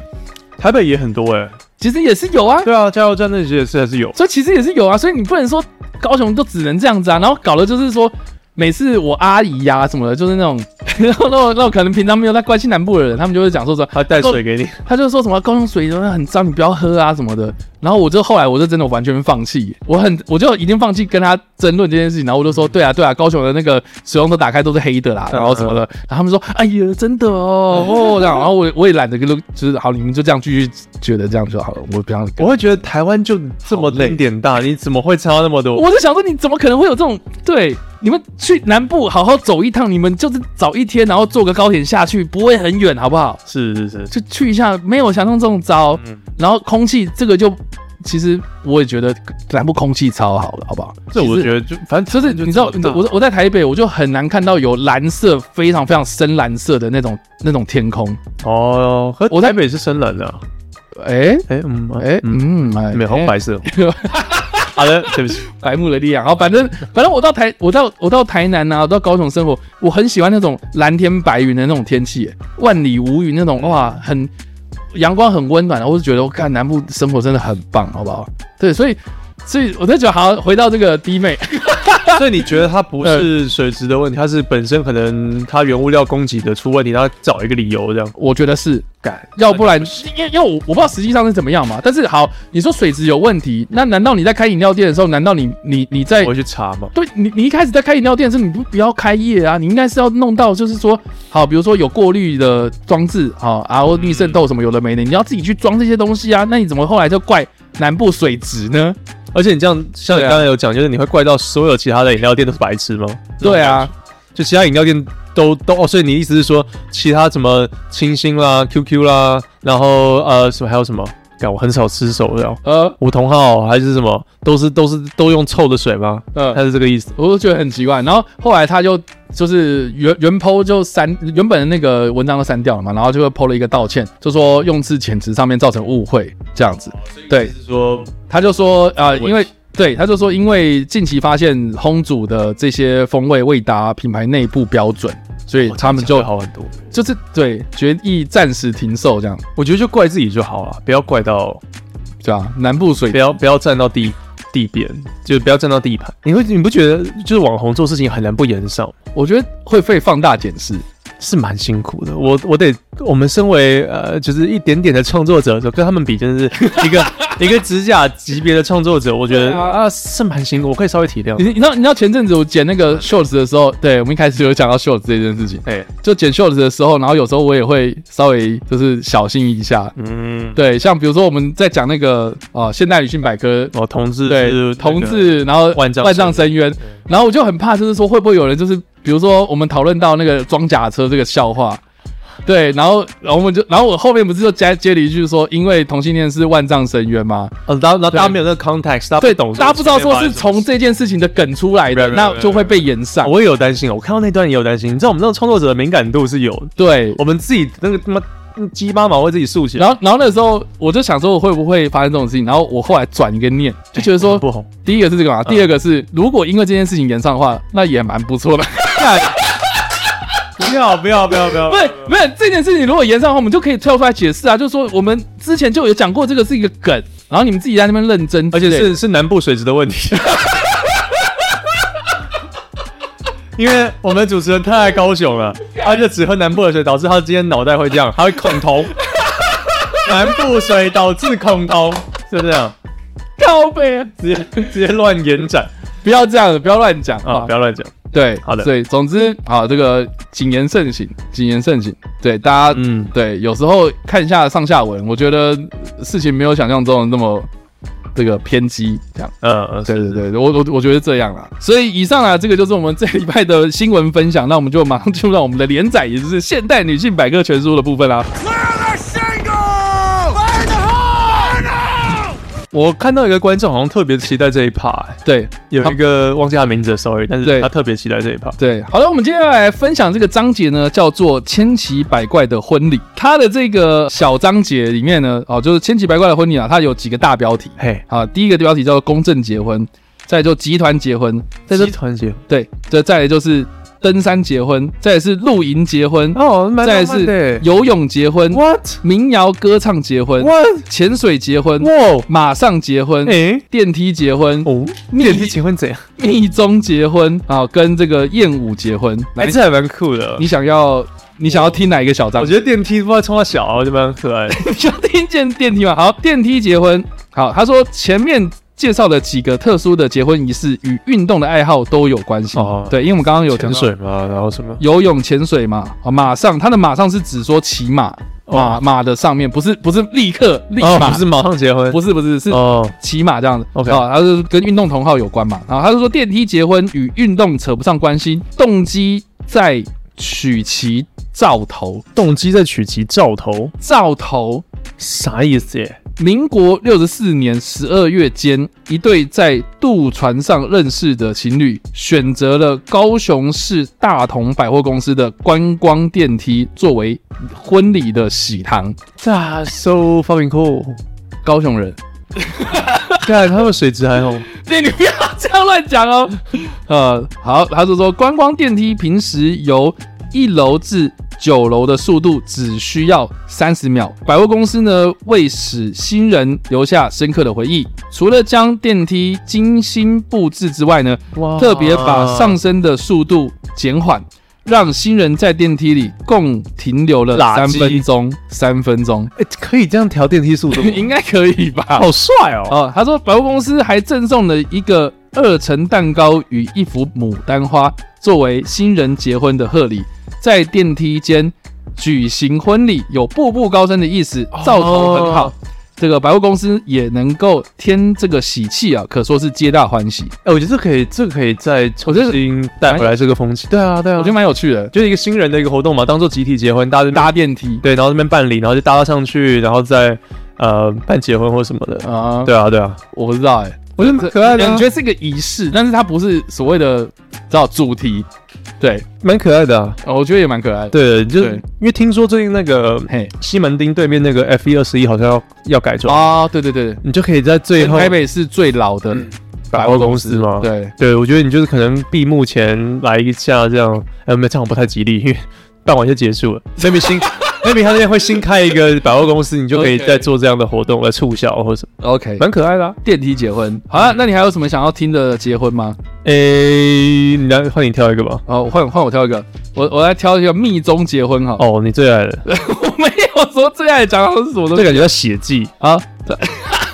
台北也很多哎、
其实也是有啊。
对啊，加油站那些也是还是有。
所以其实也是有啊，所以你不能说高雄都只能这样子啊，然后搞的就是说。每次我阿姨呀、什么的，就是那种， 然后那种那种可能平常没有在关心南部的人，他们就会讲说说，
他带水给 你，
他就说什么高雄水真的很脏，你不要喝啊什么的。然后我就后来我就真的完全放弃，我很我就已经放弃跟他争论这件事情。然后我就说对啊对啊，高雄的那个水龙头打开都是黑的啦，
嗯
然后什么的。然后他们说哎呀真的哦哦这样，然后我我也懒得跟就是好你们就这样继续觉得这样就好了，我不想
我会觉得台湾就这么零点大，你怎么会差那么多？
我就想说，你怎么可能会有这种？对，你们去南部好好走一趟，你们就是早一天，然后坐个高铁下去，不会很远，好不好？
是是是，
就去一下，没有想象中糟。然后空气这个就，其实我也觉得南部空气超好的，好不好？
这我觉
得。
得就反正
就是你知道，
这么大
我我在台北，我就很难看到有蓝色非常非常深蓝色的那种那种天空。
哦，和
我在
台北是深蓝的啊，
哎
哎嗯
哎
哎嗯，
嗯，哎
没有红
哎
白色。好的，对不起，
白目的力量。然后反正反正我到台我到我到台南啊，我到高雄生活，我很喜欢那种蓝天白云的那种天气耶，万里无云那种哇，很阳光很温暖。我就觉得我看南部生活真的很棒，好不好？对，所以所以我在觉得好像回到这个弟妹，
所以你觉得它不是水质的问题，它是本身可能它原物料供给的出问题，它找一个理由这样。
我觉得是
改
要不然，因为因为我我不知道实际上是怎么样嘛。但是好，你说水质有问题，那难道你在开饮料店的时候，难道你你你在
我会去查嘛。
对你，你一开始在开饮料店的时候，你不不要开业啊，你应该是要弄到，就是说，好，比如说有过滤的装置，好、啊，或逆渗透什么有的没的，你要自己去装这些东西啊。那你怎么后来就怪南部水质呢？
而且你这样，像你
对啊
刚才有讲，就是你会怪到所有其他的饮料店都是白 痴吗？
对啊，
就其他饮料店都都哦，所以你意思是说，其他什么清新啦、QQ 啦，然后呃什么还有什么？干，我很少吃手摇，
呃
梧桐号还是什么，都是都是都用臭的水吗？他
呃，
是这个意思。
我就觉得很奇怪。然后后来他就就是原原 PO 就删原本的那个文章都删掉了嘛，然后就 PO 了一个道歉，就说用字遣词上面造成误会这样子。对，
是说
他就说啊、呃因为对，他就说，因为近期发现烘煮的这些风味未达品牌内部标准，所
哦
以他们就
好很多。
就是对决议暂时停售，这样
我觉得就怪自己就好了，不要怪到，
对吧、 南部水
不要不要站到地地边，就是不要站到地盘。你会你不觉得就是网红做事情很难不言上吗？
我觉得会被放大检视。
是蛮辛苦的。我我得，我们身为呃，就是一点点的创作者，跟他们比，真的是 一个一个指甲级别的创作者，我觉得
对啊
啊是蛮辛苦，我可以稍微体谅
你。你知道你知道前阵子我剪那
嗯
个 shorts 的时候，对我们一开始有讲到 shorts 这件事情，
哎，
就剪 shorts 的时候，然后有时候我也会稍微就是小心一下。
嗯，
对，像比如说我们在讲那个啊、呃现代女性百科
哦，同志
对，
是
同
那个
志，然后
万丈
万丈深渊，然后我就很怕，就是说会不会有人就是，比如说我们讨论到那个装甲车这个笑话，对，然后然后我们就，然后我后面不是就接接了一句说，因为同性恋是万丈深渊吗？
哦，然后然后大家没有那个 context，大家
对，
不懂，
大家不知道说是从。这件事情的梗出来的，
Right, right,
那
right,
就会被延上。
我也有担心，我看到那段也有担心。你知道我们那种创作者的敏感度是有的，
对，
我们自己那个他妈嗯鸡巴毛会自己竖起来，
然后然后那时候我就想说，我会不会发生这种事情？然后我后来转一个念，就觉得说，
不红。
第一个是这个嘛，第二个是如果因为这件事情延上的话，那也蛮不错的。
不要不要不要不要！
不是，没有这件事情，如果延上的话，我们就可以跳出来解释啊，就是说我们之前就有讲过这个是一个梗，然后你们自己在那边认真之
而
类
且
的，
是是南部水质的问题。 因为我们主持人太爱高雄了，他就只喝南部的水，导致他今天脑袋会这样，他会恐 同。南部水导致恐同，就这样，
靠背啊，
直接直接乱延展
不要这样子，不要乱讲
啊！不要乱讲，
对，
好的
对，总之啊，这个谨言慎行，谨言慎行，对大家，
嗯，
对，有时候看一下上下文，我觉得事情没有想象中的那么这个偏激，这样，
呃，呃
对对对，我我我觉得这样啦，所以以上啊，这个就是我们这礼拜的新闻分享，那我们就马上进入到我们的连载，也就是《现代女性百科全书》的部分啊啦。
我看到一个观众好像特别期待这一趴、欸
对，
有
他
一个忘记他名字的 sorry，但
对
是他特别期待这一趴。
对，好的，我们接下来分享这个章节呢，叫做《千奇百怪的婚礼》。它的这个小章节里面呢，哦，就是《千奇百怪的婚礼》啊，它有几个大标题
嘿，
啊。第一个标题叫做“公证结婚”，再来就集团结婚，再来
集
就
团结
对，这再来就是登山结婚，再来是露营结婚，
哦，蛮
再来
浪漫的欸
是游泳结婚，
what
民谣歌唱结婚，
what 欸
潜水结婚，
哇
马上结婚，
诶
电梯结婚，
哦，电梯结婚怎样？
密宗结婚啊，跟这个艳舞结婚。
哎、这还蛮酷的。
你想要你想要听哪一个小章？
我觉得电梯不知道冲到小，我觉得蛮可爱的。
你想听见电梯嘛。好，电梯结婚。好，他说前面介绍的几个特殊的结婚仪式与运动的爱好都有关系。
哦
对，因为我们刚刚有讲
潜
到
水嘛，然后什么？
游泳、潜水嘛。啊，马上，他的马上是指说骑马，马、马的上面，不是不是立刻立
哦，
马，
不是马上结婚？
哦不是不是是
哦，
骑马这样子。
OK
啊，他是跟运动同好有关嘛。然后他就说电梯结婚与运动扯不上关系，动机在取其兆头，
动机在取其兆头，
兆头。
啥意思耶？
民国六十四年十二月间，一对在渡船上认识的情侣，选择了高雄市大同百货公司的观光电梯作为婚礼的喜糖。
大 so fucking cool！
高雄人，
对，他们水质还 好。
你你不要这样乱讲哦。 呃，好，他就说观光电梯平时由一楼至九楼的速度只需要三十秒。百货公司呢，为使新人留下深刻的回忆，除了将电梯精心布置之外呢，
哇
特别把上升的速度减缓。让新人在电梯里共停留了
垃
三
圾
分钟，三分钟，
哎、可以这样调电梯速度
应该可以吧？
好帅哦！
哦，他说百货公司还赠送了一个二层蛋糕与一幅牡丹花作为新人结婚的贺礼，在电梯间举行婚礼，有步步高升的意思，兆头很好。
哦
这个百货公司也能够添这个喜气啊，可说是皆大欢喜。
哎、我觉得这可以，这可以再重
我觉得
新带回来这个风气。对啊，对啊，
我觉得蛮有趣的，
就是一个新人的一个活动嘛，当做集体结婚，大家就
搭电梯
对，然后那边办理，然后就搭上去，然后再呃办结婚或什么的。
啊，
对啊，对啊，
我不知道哎、
我觉得蛮可爱的啊、
感觉得是一个仪式，但是它不是所谓的知道主题，对，
蛮可爱的、啊。
哦我觉得也蛮可爱的。
对，就是
对
因为听说最近那个
嘿，
西门町对面那个 F 一二十一好像要要改装，
啊，对对对对，
啊你就可以在最后
台北是最老的
百货公司嘛。
对，
对，我觉得你就是可能闭幕前来一下这样，呃，没有这样不太吉利，因为 办完就结束了。maybe 新 maybe 他那边会新开一个百货公司，你就 可以
OK
再做这样的活动来促销或者什么，
OK，
蛮可爱的、啊。
电梯结婚。好啊了，那你还有什么想要听的结婚吗？
诶、你来换你挑一个吧。
哦，换换我挑一个，我我来挑一个密宗结婚哈。，
哦，你最爱的，
我没有说最爱讲的是什么东西
这感觉叫血迹。
啊，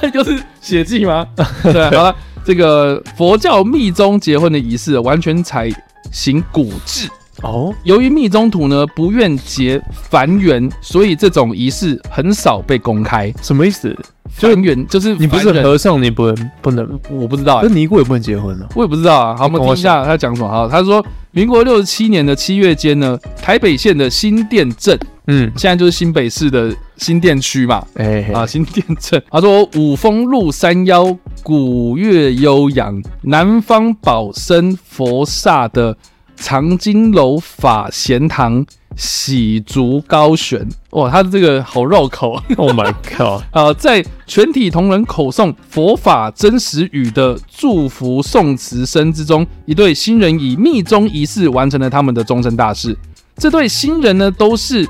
这 就是血祭 吗？对，啊好了，这个佛教密宗结婚的仪式完全采行古制。
哦，
由于密宗徒呢不愿结凡缘，所以这种仪式很少被公开。
什么意思？
凡缘就是
你不是
凡人
和尚，你不能不能，
我不知道、欸
跟，尼姑也不能结婚啊。
我也不知道啊。好，我们
跟
听
我
一下他讲什么。好，他说民国六十七年的七月间呢，台北县的新店镇，
嗯，
现在就是新北市的新店区嘛，
哎、嘿
啊，新店镇。他说五峰路山腰古月悠扬，南方宝生佛刹的藏经楼法贤堂喜足高悬。哇，他的这个好绕口啊！
o h，Oh my god，
呃，在全体同仁口诵佛法真实语的祝福宋词声之中，一对新人以密宗仪式完成了他们的终身大事。这对新人呢，都是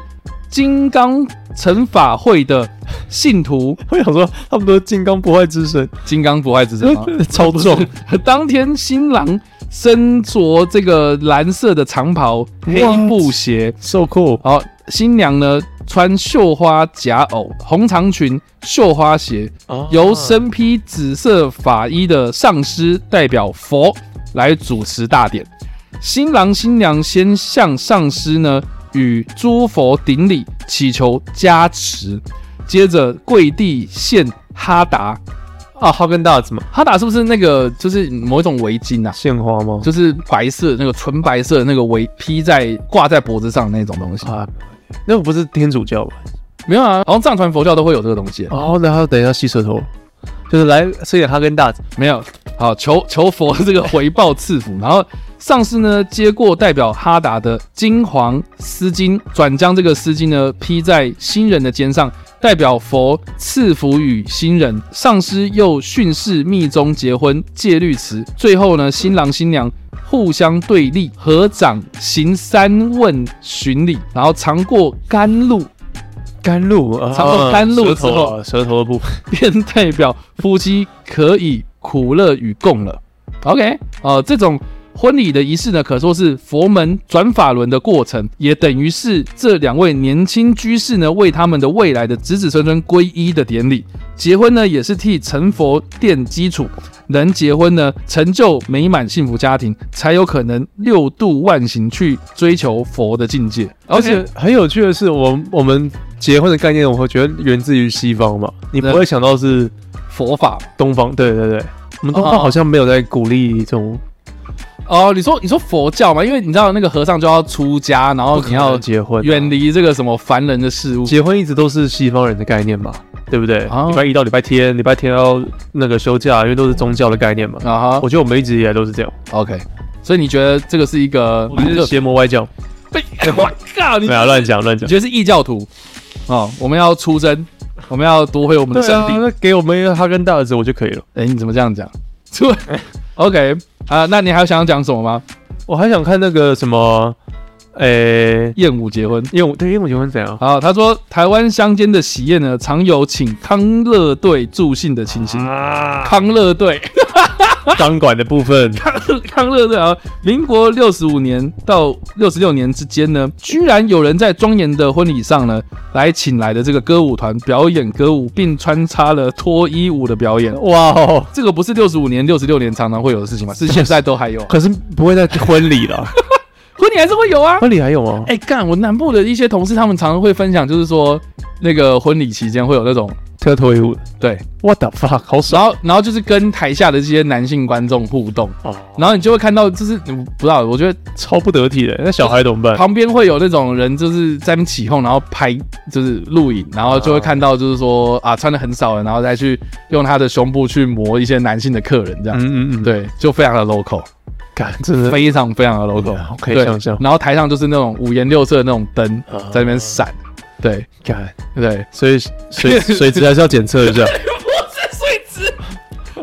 金刚乘法会的信徒，
我想说他们都是金刚不坏之 身，
金刚不坏之神啊。
超重。
当天新郎身着这个蓝色的长袍、黑
What？
布鞋，
so cool，
好，新娘呢穿绣花夹袄、红长裙、绣花鞋，由身披紫色法衣的上师代表佛来主持大典。新郎新娘先向上师呢与诸佛顶礼，祈求加持，接着跪地献哈达。
啊，哈根达斯嘛，
哈达是不是那个就是某一种围巾啊？
献花吗？
就是白色那个纯白色的那个围披在挂在脖子上的那种东西
啊，那个不是天主教吧？
没有啊，好像藏传佛教都会有这个东西。
哦，然后等一下吸舌头，就是来吃点哈根达斯。
没有，好求求佛这个回报赐福。然后上师呢接过代表哈达的金黄丝巾，转将这个丝巾呢披在新人的肩上，代表佛赐福与新人。上师又训示密宗结婚戒律词，最后呢新郎新娘。互相对立，合掌行三问巡礼，然后尝过甘露，
甘露，啊
差不多甘露
舌
之
头
后
啊，舌头的部分。
便代表夫妻可以苦乐与共了。OK，呃，这种婚礼的仪式呢，可说是佛门转法轮的过程，也等于是这两位年轻居士呢，为他们的未来的子子孙孙皈依的典礼。结婚呢，也是替成佛奠基础。能结婚呢，成就美满幸福家庭，才有可能六度万行去追求佛的境界。
而且很有趣的是，我们我们结婚的概念，我会觉得源自于西方嘛，你不
对
会想到是
佛法
东方。对对对，我们东方好像没有在鼓励这种
哦，你说你说佛教嘛，因为你知道那个和尚就要出家，然后你要
结婚啊，
远离这个什么凡人的事物。
结婚一直都是西方人的概念嘛，对不对？
啊
礼拜一到礼拜天，礼拜天要那个休假，因为都是宗教的概念嘛。
啊哈
我觉得我们一直以来都是这样，
，OK，所以你觉得这个是一个
我们是邪魔歪教，
被 我靠，你
没有乱讲乱讲
你。觉得是异教徒哦？我们要出征，我们要夺回我们的
对
圣
啊，
地。
那给我们一个哈根达斯我就可以了。
哎、你怎么这样 讲？出 OK 啊、那你还有想要讲什么吗？
我还想看那个什么，诶、
燕舞结婚。
因为对因为结婚怎样？
好，他说台湾乡间的喜宴呢，常有请康乐队助兴的情形。
啊
康乐队，
钢管的部分，
康乐队啊，民国六十五年到六十六年之间呢，居然有人在庄严的婚礼上呢，来请来的这个歌舞团表演歌舞，并穿插了脱衣舞的表演。
哇哦！
这个不是六十五年、六十六年常常会有的事情吗？是现在都还有，
可是不会在婚礼了，
婚礼还是会有啊。
婚礼还有吗？
哎、干！我南部的一些同事，他们常常会分享，就是说那个婚礼期间会有那种
跳脱衣舞
对，
，What the fuck，好爽
然后然后就是跟台下的这些男性观众互动，
哦，
然后你就会看到，就是嗯不知道，我觉得
超不得体的。那小孩怎么办？
旁边会有那种人，就是在那边起哄，然后拍就是录影，然后就会看到，就是说啊，穿的很少了，然后再去用他的胸部去磨一些男性的客人，这样、
嗯嗯嗯，，
对，就非常的 local，
干真的
非常非常的 local，、
嗯可以
对，
想象
然后台上就是那种五颜六色的那种灯
啊
在那边闪，对
干，
对，
所以水水质还是要检测一下。
不是水质，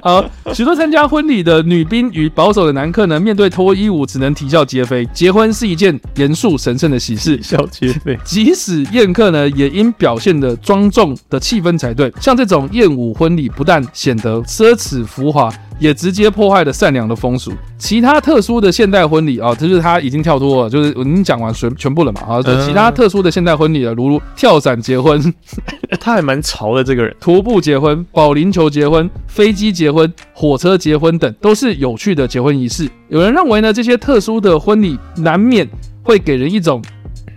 好，呃许多参加婚礼的女宾与保守的男客呢，面对脱衣舞只能啼笑皆非。结婚是一件严肃神圣的喜事，
小姐妹，
即使宴客呢，也应表现的庄重的气氛才对。像这种艳舞婚礼，不但显得奢侈浮华，也直接破坏了善良的风俗。其他特殊的现代婚礼啊，就是它已经跳脱了，就是我已经讲完全全部了嘛啊。
嗯
其他特殊的现代婚礼啊，如跳伞结婚、
哎他还蛮潮的这个人，
徒步结婚、保龄球结婚、飞机结婚、火车结婚等，都是有趣的结婚仪式。有人认为呢，这些特殊的婚礼难免会给人一种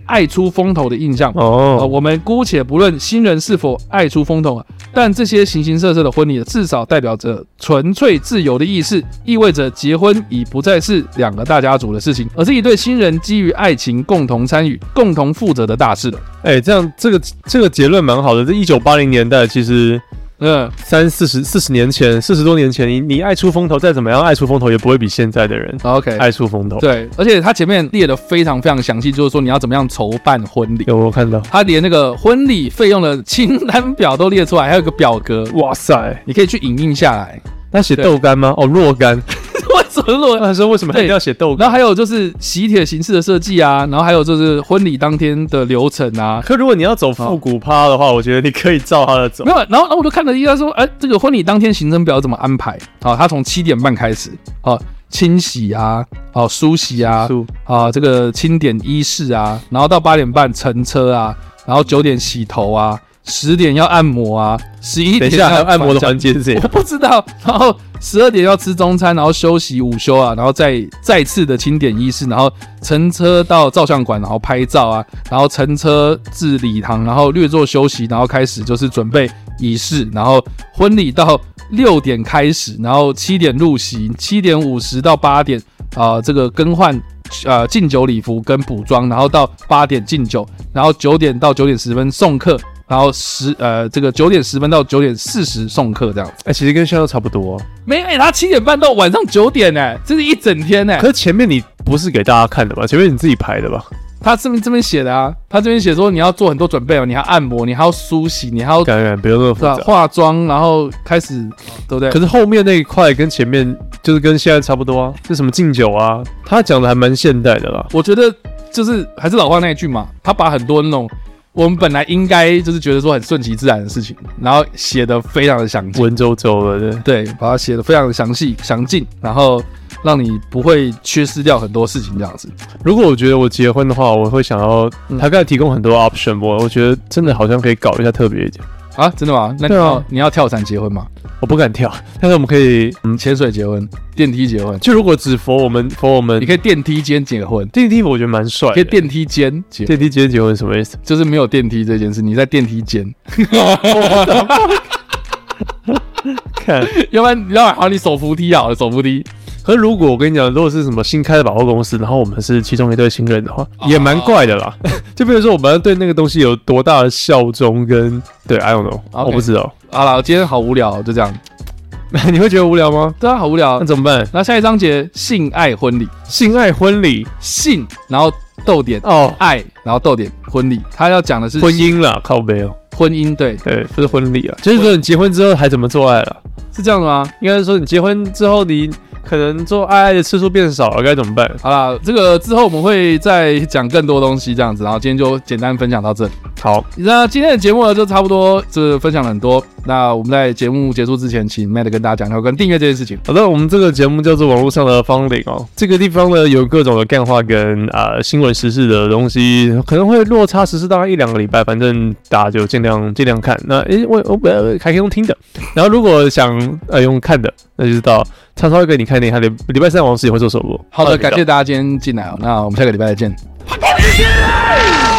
爱出风头的印象。呃，
哦，
我们姑且不论新人是否爱出风头啊，但这些形形色色的婚礼至少代表着纯粹自由的意识，意味着结婚已不再是两个大家族的事情，而是一对新人基于爱情共同参与、共同负责的大事了。
哎、这样这个这个结论蛮好的。这一九八零年代，其实
嗯，
三四十四十年前，四十多年前，你你爱出风头，再怎么样爱出风头，也不会比现在的人
OK，
爱出风头。，
对，而且他前面列的非常非常详细，就是说你要怎么样筹办婚礼。
有我看到，
他连那个婚礼费用的清单表都列出来，还有一个表格，
哇塞，
你可以去影印下来。
他写
对
豆干吗？哦，若干。
为什么落
他说为什么一定要写豆干？
然后还有就是喜帖形式的设计啊，然后还有就是婚礼当天的流程啊。
可如果你要走复古趴的话，我觉得你可以照他的走
没。有，然后然后我就看了一下说，哎、这个婚礼当天行程表怎么安排？好、他从七点半开始，好、清洗啊，好、梳洗啊，
梳
啊，这个清点仪式啊，然后到八点半乘车啊，然后九点洗头啊，十点要按摩啊，十一
等
点
一下，还
要
有按摩的
床
环节是谁
我？不知道。然后十二点要吃中餐，然后休息午休啊，然后再再次的清点仪式，然后乘车到照相馆，然后拍照啊，然后乘车至礼堂，然后略作休息，然后开始就是准备仪式，然后婚礼到六点开始，然后七点入席，七点五十到八点啊、这个更换。呃，敬酒礼服跟补妆，然后到八点敬酒，然后九点到九点十分送客，然后十呃这个九点十分到九点四十送客这样。
哎，其实跟现在都差不多。
没哎、他七点半到晚上九点呢、这是一整天呢、
可是前面你不是给大家看的吧？前面你自己排的吧？
他这边这边写的啊，他这边写说你要做很多准备哦，你还要按摩，你还要梳洗，你还要
感染不用那么复
对吧
杂。
化妆，然后开始对不对？
可是后面那一块跟前面就是跟现在差不多啊，是什么敬酒啊，他讲的还蛮现代的啦。
我觉得就是还是老话那一句嘛，他把很多那种我们本来应该就是觉得说很顺其自然的事情，然后写的非常的详尽，
文绉绉的，对，
对，把它写的非常的详细详尽，然后让你不会缺失掉很多事情这样子。
如果我觉得我结婚的话，我会想要他刚才提供很多 option，我我觉得真的好像可以搞一下特别一点。
啊，真的吗？那你
对啊
要、你要跳伞结婚吗？
我不敢跳， 但是我们可以，嗯，
潜水结婚，电梯结婚，
就如果只佛我们佛我们
你可以电梯间结婚，
电梯，我觉得蛮帅
可以
的。
电梯间结，
电梯间哎结婚什么意思？
就是没有电梯这件事，你在电梯间，
看，
要不然要不然好，你手扶梯好了，手扶梯
可是如果我跟你讲，如果是什么新开的百货公司，然后我们是其中一对新人的话，也蛮怪的啦。 就比如说我们要对那个东西有多大的效忠跟对，I don't know，、
OK
我不知道。
好了，今天好无聊，就这样，
你会觉得无聊吗？
对啊，好无聊
那。怎么办？
那下一章节性爱婚礼，
性爱婚礼
性，然后逗点
哦，
爱，然后逗点婚礼，他要讲的是
婚姻啦，靠背哦，
婚姻，对，
对，不是婚礼啊，就是说你结婚之后还怎么做爱了？
是这样的吗？
应该是说你结婚之后，你可能做爱爱的次数变少了，该怎么办？
好啦，这个之后我们会再讲更多东西，这样子，然后今天就简单分享到这里。
好，
那今天的节目呢，就差不多是分享了很多。那我们在节目结束之前，请 Matt 跟大家讲一下跟订阅这件事情。
好的，我们这个节目叫做《网络上的芳龄》哦。这个地方呢，有各种的干话跟呃新闻时事的东西，可能会落差时事大概一两个礼拜，反正大家就尽量尽量看。那诶，我我呃还可以用听的，然后如果想呃用看的，那就是到叉烧哥你看电影，他礼礼拜三王室也会做首播。
好的，
到
感谢大家今天进来哦。那我们下个礼拜再见。
What is your life?